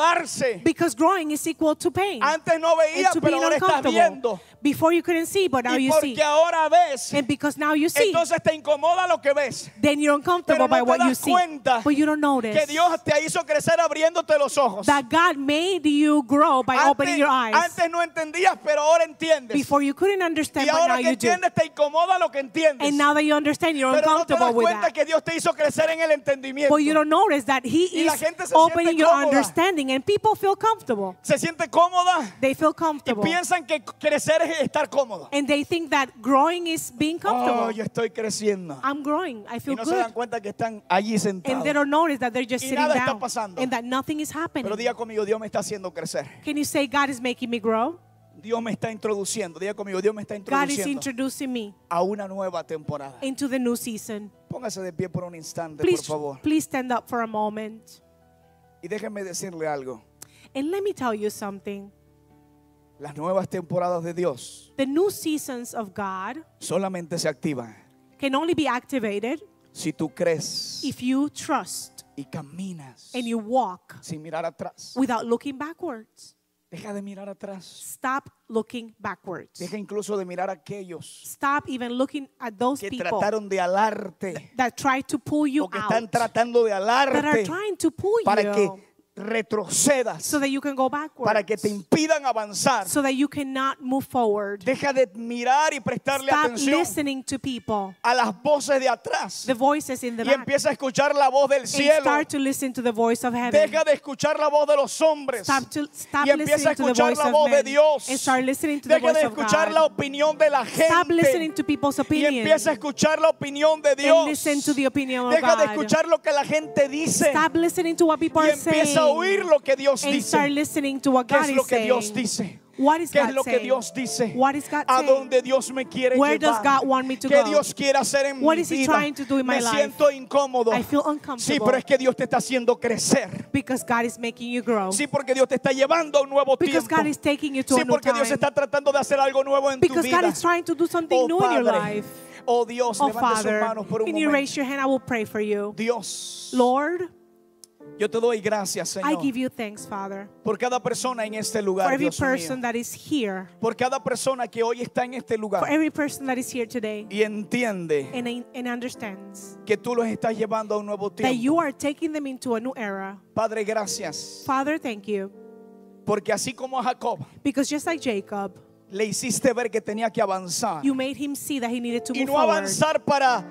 incomodarse.
Because growing is equal to pain.
Antes no
and
veías,
to
pero
being
ahora estás viendo.
uncomfortable. Before you couldn't see, but now
Y
you see.
porque ahora ves,
And because now you see,
entonces te incomoda lo que ves.
then
Pero
you're uncomfortable by
no te
what you
das
see.
cuenta
But you don't
que
notice
Dios te hizo crecer abriéndote los ojos.
that God made you grow by opening your eyes.
antes no entendías, pero ahora entiendes.
Before you couldn't understand,
y
but
ahora
now
que
you do.
entiendes, te incomoda lo que entiendes.
And now that you understand, you're
pero no te das
uncomfortable with
cuenta
that.
que Dios te hizo crecer en el entendimiento.
But you don't notice that
Y
He
la
is
gente se siente
opening your
cómoda.
understanding, and people feel comfortable.
Se siente cómoda
They feel
y
comfortable.
piensan que crecer es estar cómodo.
And they think that growing is being comfortable.
Oh, yo estoy creciendo.
I'm growing. I
Y
feel
no se dan
good.
cuenta que están allí
And they
sentados.
don't notice that they're just
Y
sitting
nada está
down
pasando.
and that nothing is happening.
Pero diga conmigo, Dios me está haciendo crecer.
Can you say, God is making me grow?
Dios me está introduciendo. Diga conmigo, Dios me está
God is
introduciendo
introducing me
a una nueva temporada.
into the new season.
Póngase de pie por un instante, por
Please,
favor.
please stand up for a moment.
Y déjenme decirle algo.
And let me tell you something.
Las nuevas temporadas de Dios
The new seasons of God
solamente se activan
can only be activated
si tú crees
if you trust
y caminas
and you walk
sin mirar atrás.
without looking backwards.
Deja de mirar atrás.
Stop looking backwards.
Deja incluso de mirar a aquellos
Stop even looking at those
que
people
trataron de alarte
that try to pull you
o que están
out,
tratando de
that are
alarte
trying to pull
para que
you
retrocedas,
so that you can go backwards,
para que te impidan avanzar.
so that you cannot move forward.
Deja de mirar y prestarle
Stop
atención
listening to people,
a las voces de atrás
the voices in the
y
back,
empieza a escuchar la voz del
and
cielo.
start to listen to the voice of heaven.
Deja de escuchar la voz de los hombres.
Stop, to, stop
y empieza a
listening to the
escuchar
voice
la
of
voz de
men
Dios.
and start listening to the
Deja
voice
de
of
escuchar la
God.
opinión de la
Stop listening
gente.
to people's
Y
opinions
empieza a escuchar la opinión de
and
Dios.
listen to the opinion of
Deja de
God.
escuchar lo que la gente dice.
Stop listening to what people
Y
are saying
empieza a oír lo que Dios
and start
dice.
listening to what
¿Qué
God
es lo
is
que Dios
saying.
dice?
What is
¿Qué es
God
lo que
saying?
Dios dice?
What is God
¿A
saying?
dónde Dios me quiere
Where does
llevar?
God want me to
¿Qué
go?
Dios quiere hacer en
What
mi
is He
vida?
trying to do in my
me
life?
siento incómodo.
I feel
sí,
uncomfortable
pero es que Dios te está haciendo crecer.
because God is making you grow.
Sí, porque Dios te está llevando a un nuevo
Because
tiempo.
God is taking you to
sí,
a new
porque Dios
time.
está tratando de hacer algo nuevo en tu
Because
vida.
God is trying to do something
oh,
new in
Padre,
your life.
oh Dios,
Oh
levante sus
Father,
manos por un
can you
momento.
raise your hand? I will pray for you.
Dios,
Lord,
Yo te doy gracias,
I
Señor,
give you thanks, Father,
por cada persona en este lugar,
for every
Dios mío.
person that is here,
por cada persona que hoy está en este lugar
for every person that is here today,
y entiende
and, and understands
que tú los estás llevando a un nuevo
that
tiempo.
you are taking them into a new era.
Padre, gracias,
Father, thank you,
porque así como a Jacob
because just like Jacob,
le hiciste ver que tenía que avanzar
you made him see that he needed to
y
move
no
forward
avanzar para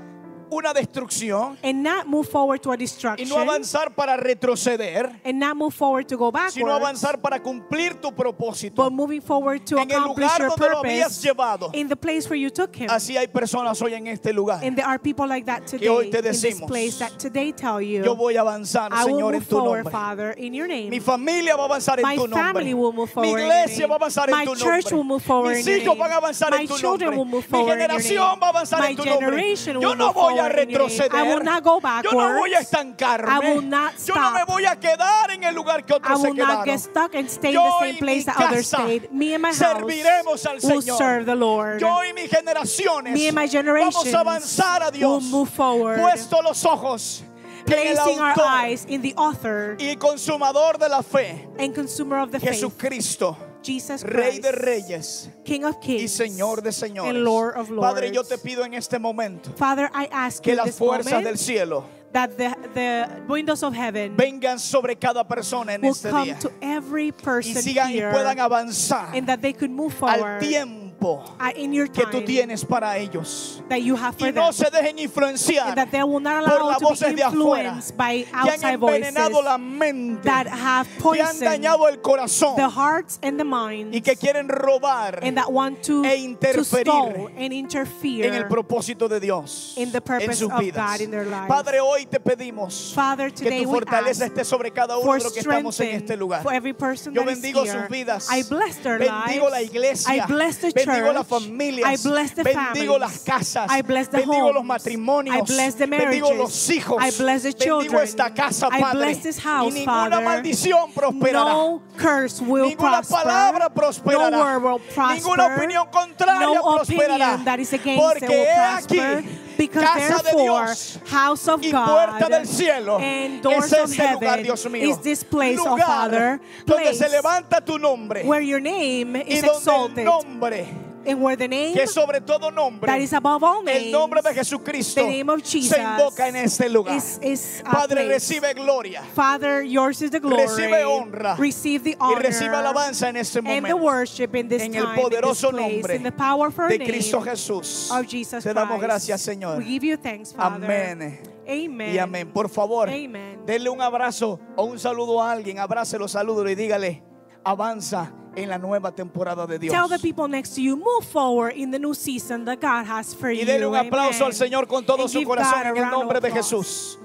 una destrucción
and not move forward to a
y
destruction,
no avanzar para retroceder,
and not move forward to go backwards,
sino avanzar para cumplir tu propósito.
but moving forward to
En el
accomplish
lugar
your
donde lo habías
purpose
llevado.
in the place where you took him.
Así hay personas hoy en este lugar.
And there are people like that today
hoy te
in this
decimos,
place that today tell you,
Yo voy a avanzar,
I will
Señor,
move
en tu
forward,
nombre.
Father, in your name.
Mi familia va a avanzar en
My
tu nombre.
family will move
Mi
forward in your
iglesia
name.
va a avanzar
My
en tu
church
nombre.
will move forward
Mis
in your
hijos van a
name.
avanzar
My
en tu
children
nombre.
will move
Mi
forward in your
generación
name.
va a avanzar en
My
tu nombre.
generation
Yo
will
no
move
voy a
forward in your name. I
retroceder.
will not go
Yo no voy a
backwards.
estancarme.
I will not
Yo no me
stop.
voy a quedar en el lugar que
I
otros se
will
quedaron.
not get stuck and stay
Yo
in the
y
same place
mi
that others
casa
stayed. Me and my
serviremos
house
al
will
Señor.
serve the Lord.
Yo y mis generaciones
Me and my
vamos
generations
a avanzar a Dios.
will move forward.
Puesto los ojos en el
Placing our
autor
eyes in the author
y consumador de la fe,
and consumer of the faith,
Jesucristo,
Jesus
Rey
Christ,
de reyes
King of
y
kings,
Señor de señores.
and Lord of lords.
Padre, yo te pido en este momento
Father, I ask
que
you
las
this
fuerzas
moment
del cielo
that the, the windows of heaven
vengan sobre cada persona en
will
este
come
día
to every
y
person
sigan y
here
puedan avanzar
and that they could move
al
forward
tiempo
uh, in your
que
time
tú tienes para ellos.
that you have
Y
for
no
them
se dejen
and
influenciar
that they will not
por
allow
las
to
voces
be
de afuera
influenced by
que han
outside voices
envenenado la mente,
that have
que han
poisoned
dañado el corazón
the hearts and the minds
y que quieren robar
and that want to,
e
to
interferir
stall and interfere
en el propósito de Dios
in the
en
purpose
sus
of
vidas.
God in their lives.
Padre, hoy te pedimos
Father,
que
today
tu
we
fortaleza
ask
esté sobre cada uno
for
de los que estamos en este
strength
lugar.
for every person
Yo
that is
bendigo
here.
sus vidas.
I bless their
bendigo la
lives.
iglesia.
I bless the church.
bendigo las familias.
I bless the
bendigo
families.
las casas.
I bless the
bendigo los
homes.
matrimonios.
I bless the
bendigo
marriages.
los hijos.
I bless the
bendigo
children.
esta casa,
I
Padre.
bless this house,
y ninguna
Father.
maldición prosperará.
No curse will
Ninguna
prosper.
palabra prosperará.
No word will prosper.
Ninguna opinión contraria
no
prosperará.
opinion that is against
Porque
it will
he
prosper.
aquí,
Because
casa de
therefore,
Dios
house of
y
God
puerta del cielo
and
es
doors of
ese
heaven
lugar, Dios mío.
is this place,
lugar
oh Father,
donde
place
se levanta tu nombre
where your name
y
is
donde el
exalted
nombre
and where the name
que sobre todo nombre
that is above all names,
el nombre de Jesucristo
the name of Jesus
se invoca en este lugar.
is, is uh,
Padre,
placed.
recibe gloria
Father, yours is the glory.
Recibe honra.
receive the
y
honor.
recibe alabanza en este
and the
momento.
worship in this
en el
time, in this
poderoso
place,
nombre
in the powerful
de
name
Cristo Jesús.
of Jesus
Te damos
Christ.
gracias, Señor.
We give you thanks, Father.
Amén.
Amen.
Y amén. Por favor,
Amen.
denle un abrazo o un saludo a alguien. Abrácelo, salúdelo y dígale, avanza en la nueva temporada de Dios.
Tell the people next to you, move forward in the new season that God has for
Y
you.
denle un aplauso
Amen.
al Señor con todo
And
su
give
corazón
God a
en el
round of
nombre de
applause.
Jesús.